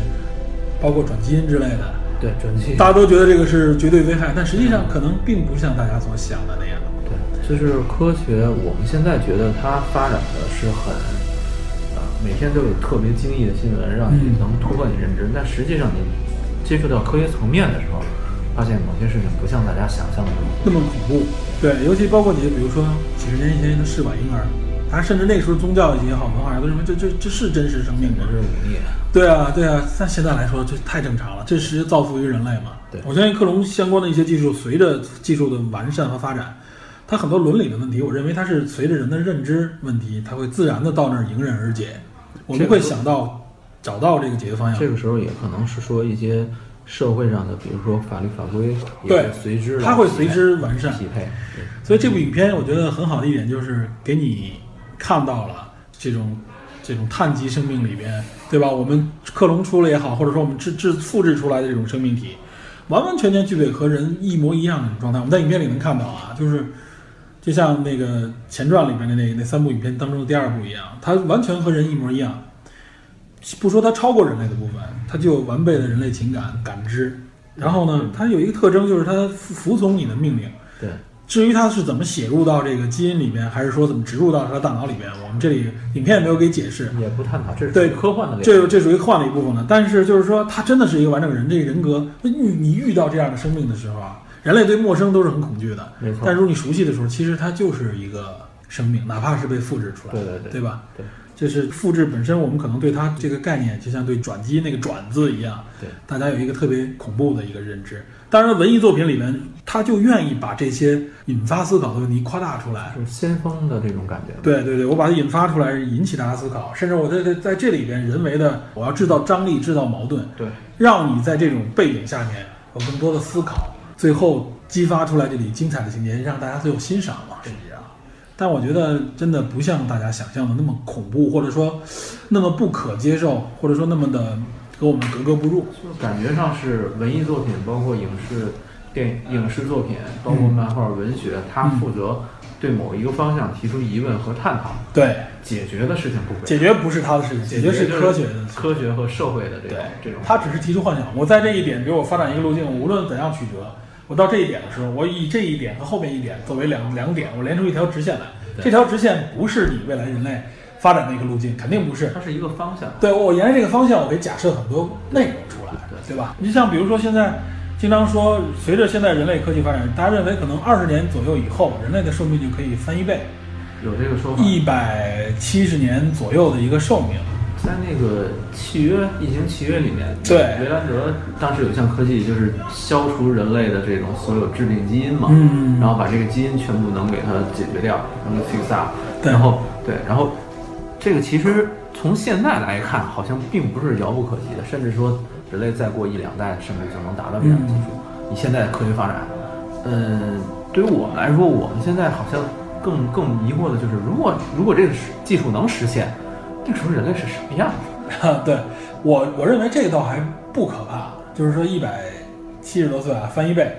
Speaker 2: 包括转基因之类的，
Speaker 4: 对，转基因
Speaker 2: 大家都觉得这个是绝对危害，但实际上可能并不像大家所想的那样。
Speaker 4: 对，就是科学，我们现在觉得它发展的是很，啊，每天都有特别精益的新闻，让你
Speaker 2: 嗯
Speaker 4: 能突破你认知。但实际上，你接触到科学层面的时候，发现某些事情不像大家想象的那
Speaker 2: 那
Speaker 4: 么
Speaker 2: 么恐怖。对，尤其包括你，比如说几十年前的试管婴儿，他甚至那个时候宗教也好，文化也好，都认为这这这是真实生命吗
Speaker 4: 不？是忤逆。
Speaker 2: 对啊，对啊，但现在来说这太正常了，这是造福于人类嘛？
Speaker 4: 对
Speaker 2: 我相信克隆相关的一些技术，随着技术的完善和发展，它很多伦理的问题，我认为它是随着人的认知问题，它会自然的到那儿迎刃而解。我们
Speaker 4: 这个
Speaker 2: 会
Speaker 4: 时候
Speaker 2: 想到找到这个解决方案。
Speaker 4: 这个时候也可能是说一些社会上的，比如说法律法规，也
Speaker 2: 对
Speaker 4: 会随之来
Speaker 2: 它会
Speaker 4: 匹
Speaker 2: 随
Speaker 4: 配
Speaker 2: 之完善
Speaker 4: 匹配。对
Speaker 2: 所以这部影片我觉得很好的一点就是给你看到了这种这种碳基生命里边，对吧？我们克隆出了也好，或者说我们制制复制出来的这种生命体，完完全全具备和人一模一样的这种状态。我们在影片里能看到啊，就是就像那个前传里边的那那三部影片当中的第二部一样，它完全和人一模一样。不说它超过人类的部分，它具有完备的人类情感感知。然后呢，它有一个特征就是它服服从你的命令。
Speaker 4: 对。
Speaker 2: 至于它是怎么写入到这个基因里面，还是说怎么植入到它的大脑里面，我们这里影片也没有给解释。
Speaker 4: 也不探讨，这是
Speaker 2: 对
Speaker 4: 科幻的类
Speaker 2: 这
Speaker 4: 型
Speaker 2: 这属于幻的一部分了，但是就是说，他真的是一个完整人，这个人格，你你遇到这样的生命的时候啊，人类对陌生都是很恐惧的，
Speaker 4: 没错
Speaker 2: 但如果你熟悉的时候，其实它就是一个生命，哪怕是被复制出来的，
Speaker 4: 对对对
Speaker 2: 吧？
Speaker 4: 对
Speaker 2: 就是复制本身，我们可能对它这个概念，就像对转基因那个“转”字一样，
Speaker 4: 对，
Speaker 2: 大家有一个特别恐怖的一个认知。当然，文艺作品里面，他就愿意把这些引发思考的问题夸大出来。
Speaker 4: 是先锋的这种感觉。，
Speaker 2: 对对对，我把它引发出来，引起大家思考，甚至我在在在这里边人为的，我要制造张力，制造矛盾，
Speaker 4: 对，
Speaker 2: 让你在这种背景下面有更多的思考，最后激发出来这里精彩的情节，让大家最后欣赏嘛，实际上。啊但我觉得真的不像大家想象的那么恐怖，或者说那么不可接受，或者说那么的和我们格格不入。
Speaker 4: 就是感觉上是文艺作品，包括影视、电影视作品，包
Speaker 2: 嗯
Speaker 4: 括漫画、文学，它负责对某一个方向提出疑问和探讨，
Speaker 2: 对，
Speaker 4: 解决的事情不
Speaker 2: 解
Speaker 4: 会。
Speaker 2: 决不是他的事情，解决是科学的事情。
Speaker 4: 科学和社会的这种
Speaker 2: 对，
Speaker 4: 这种，
Speaker 2: 他只是提出幻想。我在这一点给我发展一个路径，无论怎样曲折，我到这一点的时候，我以这一点和后面一点作为两两点，我连出一条直线来。
Speaker 4: 对
Speaker 2: 这条直线不是你未来人类发展的一个路径，肯定不是。
Speaker 4: 它是一个方向。
Speaker 2: 对我沿着这个方向，我可以假设很多内容出来，对吧？你像比如说现在经常说，随着现在人类科技发展，大家认为可能二十年左右以后，人类的寿命就可以翻一倍，
Speaker 4: 有这个说法，
Speaker 2: 一百七十年左右的一个寿命。
Speaker 4: 在那个契约《异形契约》里面，
Speaker 2: 对
Speaker 4: 维兰德当时有一项科技就是消除人类的这种所有致命基因嘛，
Speaker 2: 嗯
Speaker 4: 然后把这个基因全部能给它解决掉，能够 fix up，
Speaker 2: 对
Speaker 4: 然后对，然后这个其实从现在来看，好像并不是遥不可及的，甚至说人类再过一两代，甚至就能达到这
Speaker 2: 嗯
Speaker 4: 样的技术。以现在的科学发展，嗯，对于我们来说，我们现在好像更更迷惑的就是，如果如果这个实技术能实现，那个时候人类是什么样子？
Speaker 2: 啊， 对我我认为这倒还不可怕，就是说一百七十多岁啊，翻一倍。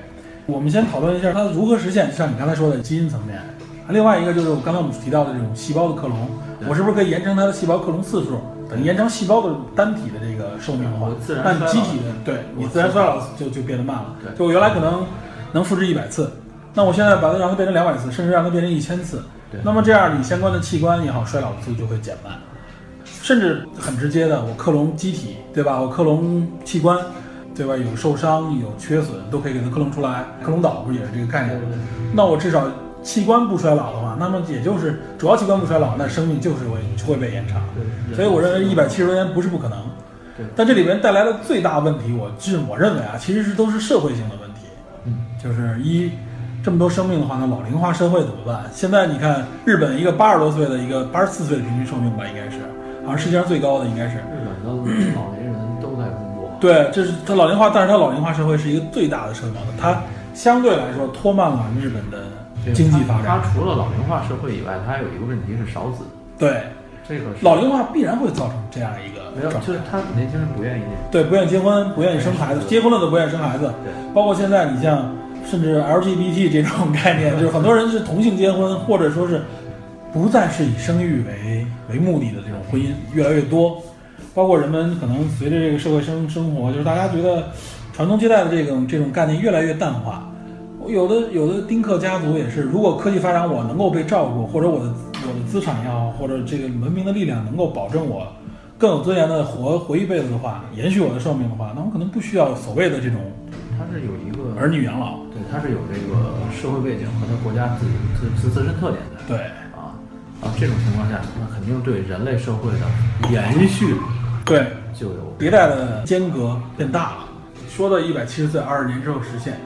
Speaker 2: 我们先讨论一下它如何实现，就像你刚才说的基因层面，啊另外一个就是我刚才我们提到的这种细胞的克隆，我是不是可以延长它的细胞克隆次数，等于延长细胞的单体的这个寿命的话
Speaker 4: 我，自然
Speaker 2: 那你
Speaker 4: 衰老
Speaker 2: 机体的对你自然衰老就就变得慢了。就我原来可能能复制一百次，那我现在把它让它变成两百次，甚至让它变成一千次
Speaker 4: 对，
Speaker 2: 那么这样你相关的器官也好，衰老的速度就会减慢。甚至很直接的，我克隆机体，对吧？我克隆器官，对吧？有受伤、有缺损，都可以给它克隆出来。克隆岛不是也是这个概念吗？那我至少器官不衰老的话，那么也就是主要器官不衰老，那生命就是会会被延长。
Speaker 4: 对
Speaker 2: 所以我认为一百七十多年不是不可能
Speaker 4: 嗯对。
Speaker 2: 但这里面带来的最大问题，我是我认为啊，其实是都是社会性的问题。
Speaker 4: 嗯
Speaker 2: 就是一这么多生命的话，那老龄化社会怎么办？现在你看日本一个八十多岁的一个八十四岁的平均寿命吧，应该是，好像世界上最高的应该是。
Speaker 4: 日本的老年人都在工作，
Speaker 2: 对，这是它老龄化，但是它老龄化社会是一个最大的社会矛盾，它相对来说拖慢了日本的经济发展。
Speaker 4: 它除了老龄化社会以外，它还有一个问题是少子。
Speaker 2: 对，
Speaker 4: 这个是
Speaker 3: 老龄化必然会造成这样一个
Speaker 4: 没有，
Speaker 3: 状态
Speaker 4: 就是他年轻人不愿意那
Speaker 3: 对，不愿意结婚，不愿意生孩子，结婚了都不愿意生孩子。
Speaker 4: 对，
Speaker 3: 包括现在，你像甚至 LGBT 这种概念，就是很多人是同性结婚，或者说是不再是以生育为为目的的这种婚姻越来越多。包括人们可能随着这个社会生生活，就是大家觉得传宗接代的这种这种概念越来越淡化。有的有的丁克家族也是，如果科技发展，我能够被照顾，或者我的我的资产也好，或者这个文明的力量能够保证我更有尊严的活活一辈子的话，延续我的寿命的话，那我可能不需要所谓的这种
Speaker 4: 他是有一个
Speaker 3: 儿女养老。
Speaker 4: 对，他是有这个社会背景和他国家自己自自自身特点的。
Speaker 3: 对，
Speaker 4: 啊啊，这种情况下，那肯定对人类社会的延续
Speaker 3: 对，
Speaker 4: 就有
Speaker 3: 迭代的间隔变大了。说到一百七十岁，二十年之后实现，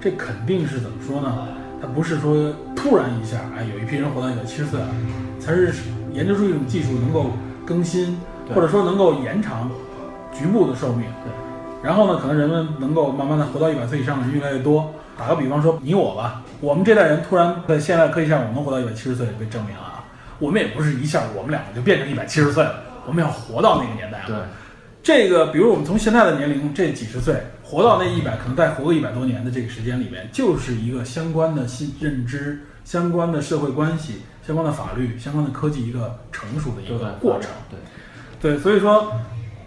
Speaker 3: 这肯定是怎么说呢？它不是说突然一下，哎，有一批人活到一百七十岁了，才是研究出一种技术能够更新，
Speaker 4: 对
Speaker 3: 或者说能够延长局部的寿命。
Speaker 4: 对。
Speaker 3: 然后呢，可能人们能够慢慢的活到一百岁以上的人越来越多。打个比方说，你我吧，我们这代人突然在现代科技下，我们能活到一百七十岁被证明了啊。我们也不是一下我们两个就变成一百七十岁了，我们要活到那个年代啊。
Speaker 4: 对
Speaker 3: 这个，比如我们从现在的年龄，这几十岁活到那一百，可能再活个一百多年的这个时间里面，就是一个相关的信认知、相关的社会关系、相关的法律、相关的科技一个成熟的一
Speaker 4: 对
Speaker 3: 个过程。
Speaker 4: 对
Speaker 3: 对，所以说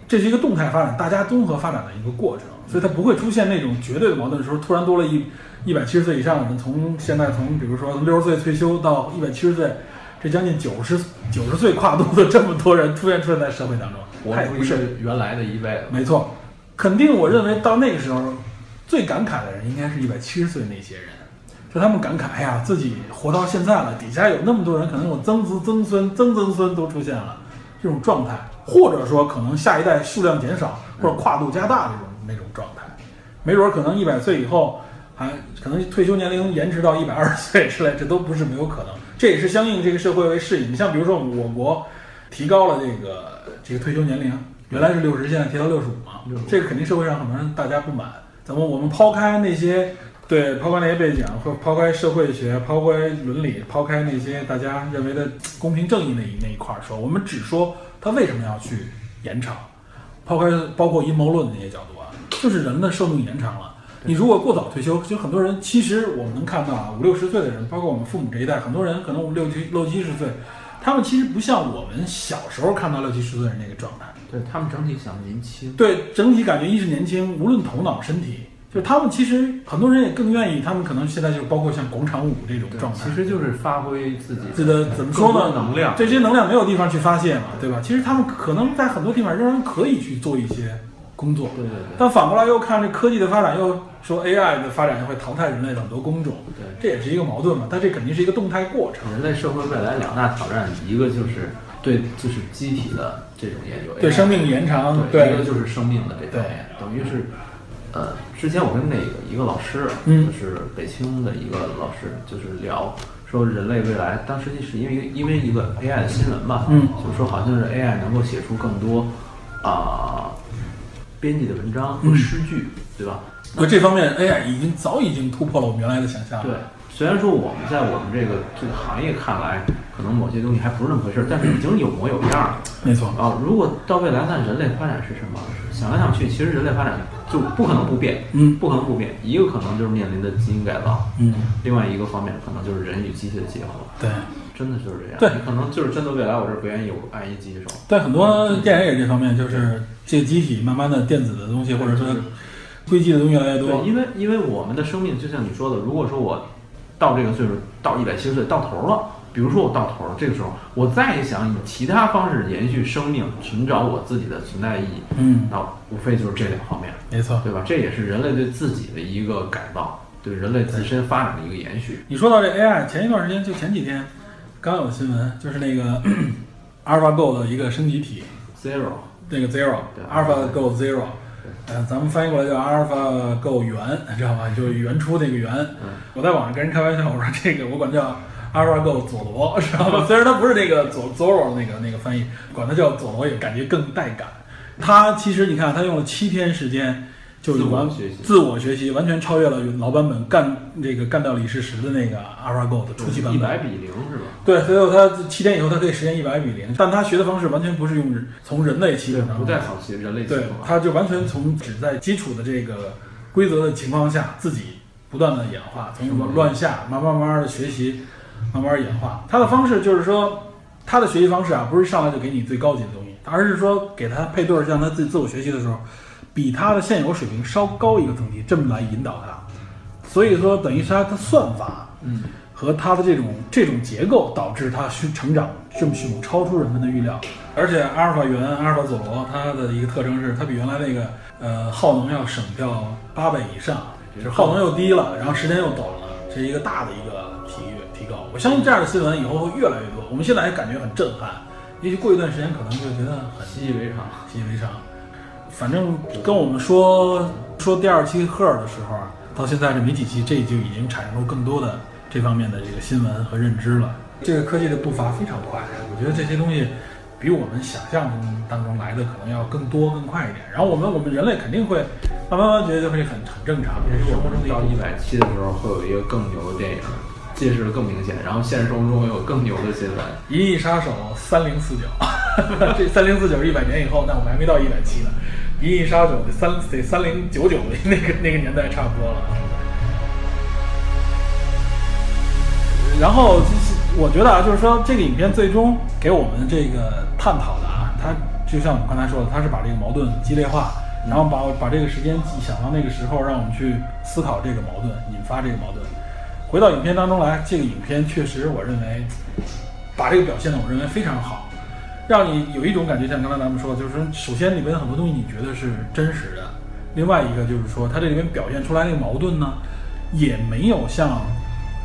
Speaker 3: 这是一个动态发展，大家综合发展的一个过程，所以它不会出现那种绝对的矛盾的时候，突然多了一一百七十岁以上的人，从现在从比如说六十岁退休到一百七十岁，这将近九十九十岁跨度的这么多人突然出现在社会当中，
Speaker 4: 活
Speaker 3: 它也不
Speaker 4: 出一
Speaker 3: 是
Speaker 4: 个原来的一辈子。
Speaker 3: 没错，肯定我认为到那个时候，最感慨的人应该是一百七十岁那些人，就他们感慨，哎呀，自己活到现在了，底下有那么多人，可能有曾子、曾孙、曾曾孙都出现了这种状态，或者说可能下一代数量减少或者跨度加大这种那种状态，没准儿可能一百岁以后。还可能退休年龄延迟到一百二十岁之类，这都不是没有可能。这也是相应这个社会为适应。你像比如说我国提高了这个这个退休年龄，原来是六十，现在提到六十五嘛
Speaker 4: 65，
Speaker 3: 这个肯定社会上很多人大家不满。咱们我们抛开那些对抛开那些背景，或抛开社会学，抛开伦理，抛开那些大家认为的公平正义那一那一块儿说，我们只说他为什么要去延长，抛开包括阴谋论的那些角度啊，就是人的寿命延长了。你如果过早退休，就很多人其实我们能看到啊，五六十岁的人，包括我们父母这一代，很多人可能我们六七六七十岁，他们其实不像我们小时候看到六七十岁的人那个状态。
Speaker 4: 对他们整体想年轻，
Speaker 3: 对，整体感觉一是年轻，无论头脑身体，就是他们其实很多人也更愿意，他们可能现在就是包括像广场舞这种
Speaker 4: 对
Speaker 3: 状态
Speaker 4: 其，实就是发挥自己
Speaker 3: 这个怎么说
Speaker 4: 更多
Speaker 3: 呢？
Speaker 4: 的能量
Speaker 3: 这些能量没有地方去发泄嘛，对吧？其实他们可能在很多地方仍然可以去做一些工作，
Speaker 4: 对对对
Speaker 3: 但反过来又看这科技的发展，又说 AI 的发展又会淘汰人类的很多工种，
Speaker 4: 对，
Speaker 3: 这也是一个矛盾嘛。但这肯定是一个动态过程，
Speaker 4: 人类社会未来两大挑战，一个就是对就是机体的这种研究，
Speaker 3: 对生命延长，
Speaker 4: 对，一
Speaker 3: 嗯对
Speaker 4: 个就是生命的这方面，等于是，呃，之前我跟那个一个老师，啊
Speaker 3: 嗯
Speaker 4: 就是北清的一个老师，就是聊说人类未来，当时是因为因为一个 AI 的新闻嘛，
Speaker 3: 嗯
Speaker 4: 就是说好像是 AI 能够写出更多啊、编辑的文章和
Speaker 3: 嗯
Speaker 4: 诗句，对吧？
Speaker 3: 对这方面 AI 已经早已经突破了我们原来的想象，
Speaker 4: 对，，虽然说我们在我们这个这个行业看来，可能某些东西还不是那么回事儿，但是已经有模有样儿了。
Speaker 3: 没错，
Speaker 4: 啊，如果到未来，那人类发展是什么？想来想去，其实人类发展就不可能不变，
Speaker 3: 嗯
Speaker 4: 不可能不变。一个可能就是面临的基因改造，
Speaker 3: 嗯，
Speaker 4: 另外一个方面可能就是人与机器的结合，
Speaker 3: 对。
Speaker 4: 真的就是这样。
Speaker 3: 对
Speaker 4: 你可能就是真的未来，我是不愿意有爱一机手。
Speaker 3: 对，很多电影也是这方面，就是这个机体慢慢的电子的东西，或者说硅基的东西越来越
Speaker 4: 对，
Speaker 3: 多。
Speaker 4: 因为因为我们的生命就像你说的，如果说我到这个岁数，到一百七十岁到头了，比如说我到头了，这个时候我再想以其他方式延续生命，寻找我自己的存在意义，
Speaker 3: 嗯，
Speaker 4: 那无非就是这两方面。
Speaker 3: 没错。
Speaker 4: 对吧？这也是人类对自己的一个改造，对人类自身发展的一个延续。
Speaker 3: 你说到这 AI，前一段时间就前几天刚有新闻，就是那个 AlphaGo 的一个升级体，
Speaker 4: Zero，
Speaker 3: 那个 Zero
Speaker 4: 对
Speaker 3: AlphaGo Zero，呃，咱们翻译过来叫 AlphaGo 元， 你知道吧？就是原初那个元。
Speaker 4: 嗯
Speaker 3: 我在网上跟人开玩笑，我说这个我管叫 AlphaGo 佐罗，知道吧？虽然它不是那个佐 Zoro 那个那个翻译，管它叫佐罗也感觉更带感。它其实你看，它用了七天时间就
Speaker 4: 自
Speaker 3: 有
Speaker 4: 我
Speaker 3: 关
Speaker 4: 学习
Speaker 3: 自我学习，完全超越了老版本干这个干掉李世石的那个 AlphaGo 的初期版
Speaker 4: 一
Speaker 3: 本
Speaker 4: 百。比零是吧？
Speaker 3: 对，所以他七天以后他可以实现一百比零，但他学的方式完全不是用人从人类起点上
Speaker 4: 不再考习人类系
Speaker 3: 对
Speaker 4: 统，了。
Speaker 3: 他就完全从只在基础的这个规则的情况下，自己不断的演化，从什么乱下，慢慢慢慢的学习，慢慢演化。他的方式就是说，他的学习方式啊，不是上来就给你最高级的东西，而是说给他配对儿，让他自己自我学习的时候，比他的现有水平稍高一个层级，这么来引导他。所以说，等于是他的算法
Speaker 4: 嗯，
Speaker 3: 和他的这种这种结构，导致他迅成长这么迅猛，超出人们的预料。而且阿尔法猿、阿尔法佐罗，它的一个特征是，它比原来那个呃耗能要省掉八倍以上，就是耗能又低了，然后时间又短了，这是一个大的一个提跃提高。我相信这样的新闻以后会越来越多。我们现在还感觉很震撼，也许过一段时间可能就觉得很
Speaker 4: 习以为常。
Speaker 3: 习以为常。反正跟我们说说第二期赫尔的时候啊，到现在这没几期，这就已经产生出更多的这方面的这个新闻和认知了。这个科技的步伐非常快，我觉得这些东西比我们想象中当中来的可能要更多更快一点。然后我们我们人类肯定会慢慢慢觉得会很很正常，也是生活中的一
Speaker 4: 到
Speaker 3: 部
Speaker 4: 一
Speaker 3: 分
Speaker 4: 百期的时候，会有一个更牛的电影，近视更明显，然后现实生活中会有更牛的新闻。
Speaker 3: 《银翼杀手》三零四九， 这三零四九是一百年以后，但我们还没到一百期呢。《银翼杀手》得三得三零九九的那个那个年代差不多了。啊然后就是我觉得啊，就是说这个影片最终给我们这个探讨的啊，它就像我们刚才说的，它是把这个矛盾激烈化，然后把把这个时间想到那个时候，让我们去思考这个矛盾，引发这个矛盾。回到影片当中来，这个影片确实我认为把这个表现的我认为非常好，让你有一种感觉，像刚才咱们说的，就是说，首先里边很多东西你觉得是真实的，另外一个就是说，它这里边表现出来那个矛盾呢，也没有像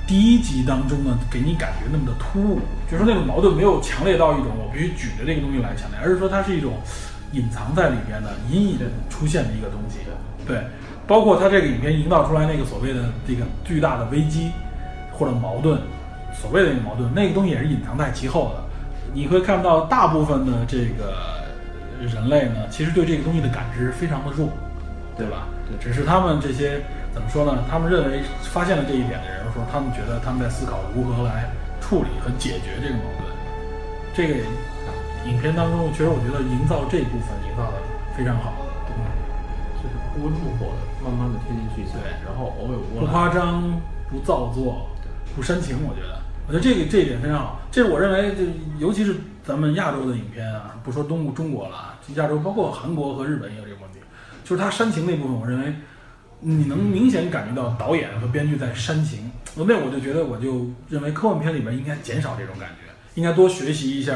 Speaker 3: 第一集当中呢给你感觉那么的突兀，就是说那个矛盾没有强烈到一种我必须举着这个东西来强烈，而是说它是一种隐藏在里边的、隐隐出现的一个东西。对，包括它这个影片营造出来那个所谓的这个巨大的危机或者矛盾，所谓的那个矛盾，那个东西也是隐藏在其后的。你会看到大部分的这个人类呢，其实对这个东西的感知非常的弱，对吧？
Speaker 4: 对
Speaker 3: 只是他们这些怎么说呢？他们认为发现了这一点的人说，他们觉得他们在思考如何来处理和解决这个矛盾。这个影片当中，其实我觉得营造这部分营造的非常好，
Speaker 4: 就是不温不火的，慢慢的推进剧情，然后偶有波
Speaker 3: 不
Speaker 4: 澜。
Speaker 3: 夸张，不造作，不煽情。我觉得，我觉得这个这一点非常好。这是我认为，这尤其是咱们亚洲的影片啊，不说东中国了啊，亚洲包括韩国和日本也有这个问题，就是它煽情那部分，我认为你能明显感觉到导演和编剧在煽情。我那我就觉得，我就认为科幻片里面应该减少这种感觉，应该多学习一下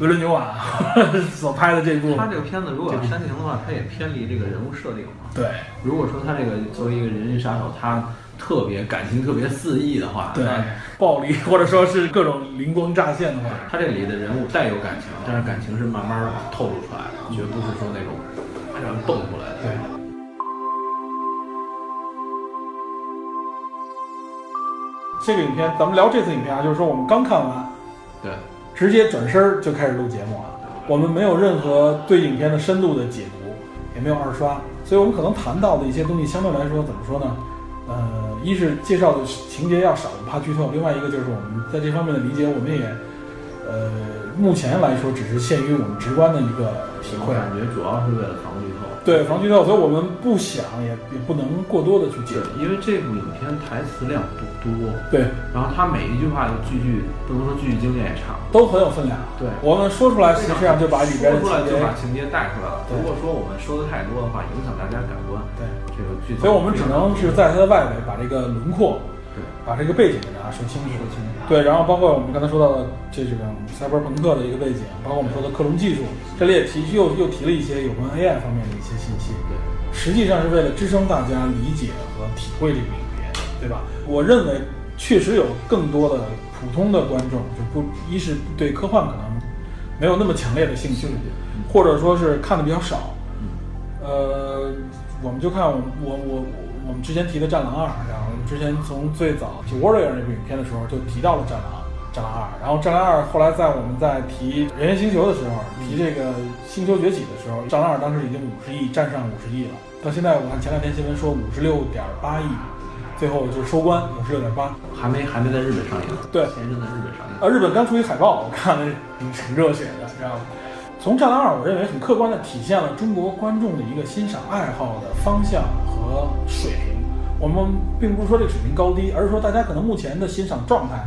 Speaker 3: 维伦纽瓦 所拍的这部。
Speaker 4: 他这个片子如果要煽情的话，他也偏离这个人物设定了。
Speaker 3: 对，
Speaker 4: 如果说他这个作为一个人类杀手，他特别感情特别肆意的话，
Speaker 3: 对
Speaker 4: 那，
Speaker 3: 暴力或者说是各种灵光乍现的话，
Speaker 4: 他这里的人物带有感情，但是感情是慢慢的透露出来的，绝不是说那种马上蹦出来的。
Speaker 3: 对。这个影片，咱们聊这次影片啊，就是说我们刚看完，
Speaker 4: 对，
Speaker 3: 直接转身儿就开始录节目啊，我们没有任何对影片的深度的解读，也没有二刷，所以我们可能谈到的一些东西，相对来说怎么说呢？呃，一是介绍的情节要少，我们怕剧透；另外一个就是我们在这方面的理解，我们也呃，目前来说只是限于我们直观的一个体
Speaker 4: 我
Speaker 3: 会。
Speaker 4: 感觉主要是为了防剧透。
Speaker 3: 对防剧透，所以我们不想也也不能过多的去解
Speaker 4: 对
Speaker 3: 读。，
Speaker 4: 因为这部影片台词量不多，
Speaker 3: 对，
Speaker 4: 然后他每一句话句句不能说句句经典也差不多。
Speaker 3: 都很有分量。啊
Speaker 4: 对
Speaker 3: 我们说出来，啊实际上就把里边的
Speaker 4: 说出来
Speaker 3: 情
Speaker 4: 就
Speaker 3: 节
Speaker 4: 把，情节带出来了。
Speaker 3: 对
Speaker 4: 如果说我们说的太多的话，影响大家感官，
Speaker 3: 对，
Speaker 4: 这个剧透
Speaker 3: 所以我们只能是在它的外围把这个轮廓，
Speaker 4: 对
Speaker 3: 把这个背景给大家说清楚。
Speaker 4: 说清楚。
Speaker 3: 对，然后包括我们刚才说到的这种赛博朋克的一个背景，包括我们说的克隆技术，这里也提又又提了一些有关 AI 方面的一些信息。
Speaker 4: 对，
Speaker 3: 实际上是为了支撑大家理解和体会这个影片，对吧？我认为确实有更多的普通的观众，就不一是对科幻可能没有那么强烈的兴趣，或者说是看的比较少。
Speaker 4: 嗯
Speaker 3: 呃，我们就看我我我我们之前提的《战狼二》，然后之前从最早就《Warrior》那部影片的时候就提到了《战狼》，战狼二，然后战狼二后来在我们在提《人猿星球》的时候，提这个《星球崛起》的时候，战狼二当时已经五十亿，站上五十亿了。到现在我看前两天新闻说五十六点八亿，最后就收官五十六点八。
Speaker 4: 还没还没在日本上映，
Speaker 3: 对
Speaker 4: 前一阵在日本上映，
Speaker 3: 呃，日本刚出一海报，我看了挺挺热血的，你知道吗？从《战狼二》，我认为很客观的体现了中国观众的一个欣赏爱好的方向和水平。我们并不是说这个水平高低，而是说大家可能目前的欣赏状态。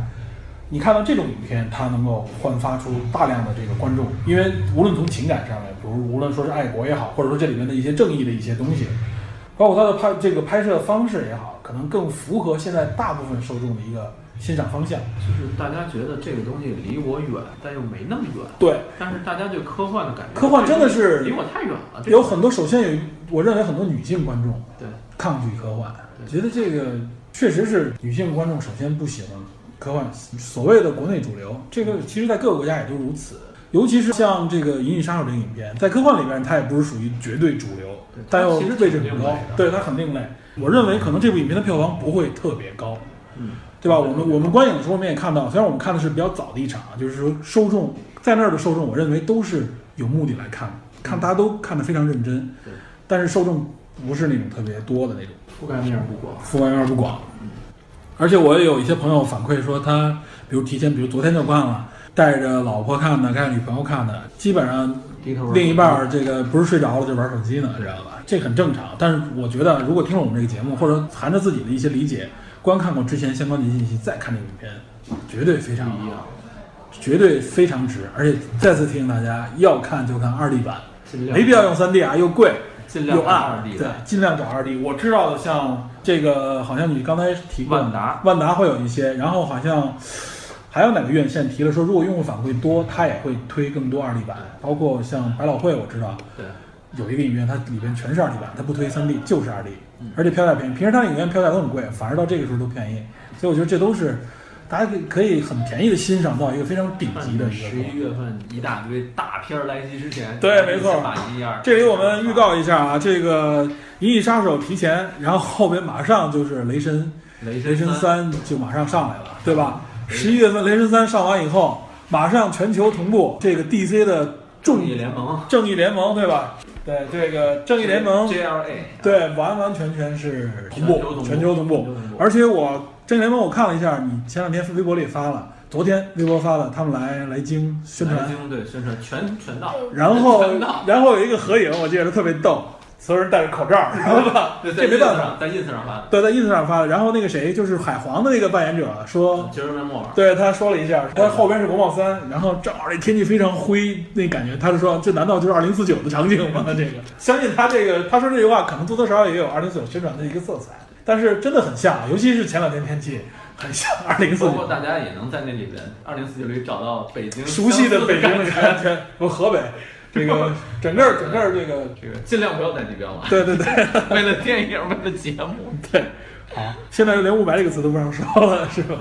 Speaker 3: 你看到这种影片，它能够焕发出大量的这个观众，因为无论从情感上面，比如无论说是爱国也好，或者说这里面的一些正义的一些东西，包括它的拍这个拍摄方式也好，可能更符合现在大部分受众的一个欣赏方向。
Speaker 4: 就是大家觉得这个东西离我远，但又没那么远，
Speaker 3: 对，
Speaker 4: 但是大家对科幻的感觉，
Speaker 3: 科幻真的是
Speaker 4: 离我太远了，这
Speaker 3: 有
Speaker 4: 个
Speaker 3: 很多，首先有一，我认为很多女性观众
Speaker 4: 对
Speaker 3: 抗拒科幻，
Speaker 4: 对
Speaker 3: 觉得这个确实是女性观众首先不喜欢科幻，所谓的国内主流，这个其实在各个国家也都如此。尤其是像这个《银翼杀手》这个影片，在科幻里面它也不是属于绝对主流
Speaker 4: 对，
Speaker 3: 但又
Speaker 4: 它其实挺
Speaker 3: 位置很
Speaker 4: 另类
Speaker 3: 高
Speaker 4: 的，
Speaker 3: 对它很另类。我认为可能这部影片的票房不会特别高，
Speaker 4: 嗯，
Speaker 3: 对吧？我们我们观影的时候，我们也看到，虽然我们看的是比较早的一场啊，就是说受众在那儿的受众，我认为都是有目的来看的，看大家都看得非常认真
Speaker 4: 对，
Speaker 3: 但是受众不是那种特别多的那种，
Speaker 4: 覆盖面不广，
Speaker 3: 覆盖面不广。而且我也有一些朋友反馈说，他比如提前，比如昨天就看了，带着老婆看的，带着女朋友看的，基本上
Speaker 4: 低头
Speaker 3: 另一半儿这个不是睡着了就玩手机呢，知道吧？这很正常。但是我觉得，如果听了我们这个节目，或者含着自己的一些理解，观看过之前相关的信息再看这个影片，绝对非常
Speaker 4: 不一样，
Speaker 3: 绝对非常值。而且再次提醒大家，要看就看二 D 版，
Speaker 4: 尽量
Speaker 3: 没必要用三 D 啊，又贵。
Speaker 4: 尽量
Speaker 3: 又暗
Speaker 4: 二 D
Speaker 3: 啊对
Speaker 4: 的，，
Speaker 3: 尽量找二 D。我知道的，像这个，好像你刚才提过
Speaker 4: 万达
Speaker 3: 万达会有一些，然后好像还有哪个院线提了说，如果用户反馈多，它也会推更多二 D 版，包括像百老汇，我知道
Speaker 4: 对，
Speaker 3: 有一个影院，它里边全是二 D 版，它不推三 D，就是
Speaker 4: 嗯
Speaker 3: 二 D，而且票价便宜。平时它影院票价都很贵，反而到这个时候都便宜，所以我觉得这都是大家可以可以很便宜的欣赏到一个非常顶级的一个
Speaker 4: 十
Speaker 3: 作
Speaker 4: 一
Speaker 3: 品。
Speaker 4: 月份一大堆大片儿来袭之前，
Speaker 3: 对没错
Speaker 4: 先把一二，
Speaker 3: 这里我们预告一下啊，这个《银翼杀手》提前，然后后边马上就是《雷神》
Speaker 4: 雷
Speaker 3: 《雷神
Speaker 4: 三。
Speaker 3: 三》就马上上来了，对吧？十一月份《雷神三》上完以后，马上全球同步这个 DC 的
Speaker 4: 正
Speaker 3: 重
Speaker 4: 义联盟，
Speaker 3: 正义联盟，对吧？对这个正义联盟，
Speaker 4: JLA，
Speaker 3: 对完完全全是同步，全
Speaker 4: 全
Speaker 3: 球
Speaker 4: 球同
Speaker 3: 同
Speaker 4: 步
Speaker 3: 步。而且我正义联盟我看了一下，你前两天微博里发了，昨天微博发了，他们来来京宣
Speaker 4: 南
Speaker 3: 传，
Speaker 4: 京对宣传全全到，
Speaker 3: 然后
Speaker 4: 全到，
Speaker 3: 然后有一个合影，我记得特别逗，所有人戴着口罩，知道吧？
Speaker 4: 对，在
Speaker 3: 这没
Speaker 4: ins
Speaker 3: 办法。
Speaker 4: 上，在 ins 上发
Speaker 3: 对，在 ins 上发的。然后那个谁，就是海皇的那个扮演者说
Speaker 4: 的，，杰瑞·莫尔，
Speaker 3: 对，他说了一下，他后边是国贸三，然后正好这天气非常灰，那感觉，他是说这难道就是二零四九的场景吗？这个相信他这个他说这句话，可能多多少少也有二零四九宣传的一个色彩，但是真的很像，尤其是前两天天气很像二零四
Speaker 4: 包括
Speaker 3: 九，
Speaker 4: 大家也能在那里边二零四九里找到北京
Speaker 3: 熟悉的北京
Speaker 4: 相
Speaker 3: 的
Speaker 4: 似
Speaker 3: 感觉，不河北这个整个整个这个，
Speaker 4: 这个尽量不要在那边玩，
Speaker 3: 对对对
Speaker 4: 为了电影，为了节目，
Speaker 3: 对，好，现在连雾霾这个词都不让说了，是吧？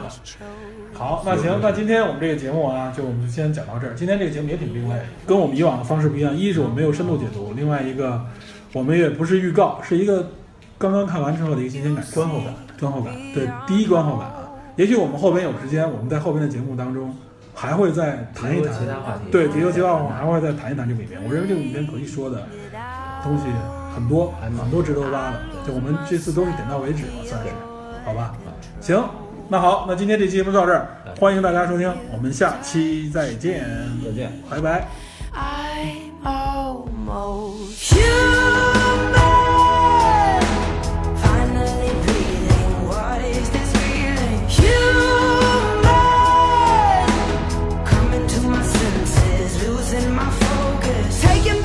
Speaker 3: 好，那行，那今天我们这个节目啊，就我们就先讲到这儿。今天这个节目也挺另类，跟我们以往的方式不一样。一是我们没有深度解读，另外一个我们也不是预告，是一个刚刚看完之后的一个新鲜感、观后
Speaker 4: 嗯
Speaker 3: 感、观后感。对，第一观后感啊，也许我们后边有时间，我们在后边的节目当中还会再谈一谈
Speaker 4: 提出其他话题
Speaker 3: 对，提出其他话题，还会再谈一谈这个里面。我认为这个里面可以说的东西很多，很多值得挖的。就我们这次都是点到为止了，算是，好吧？行，那好，那今天这期节目到这儿，欢迎大家收听，我们下期再见，
Speaker 4: 再见。
Speaker 3: 拜拜。
Speaker 5: I'm almost human. Finally breathing. What is this feeling? Human. Coming to my senses, losing my focus, taking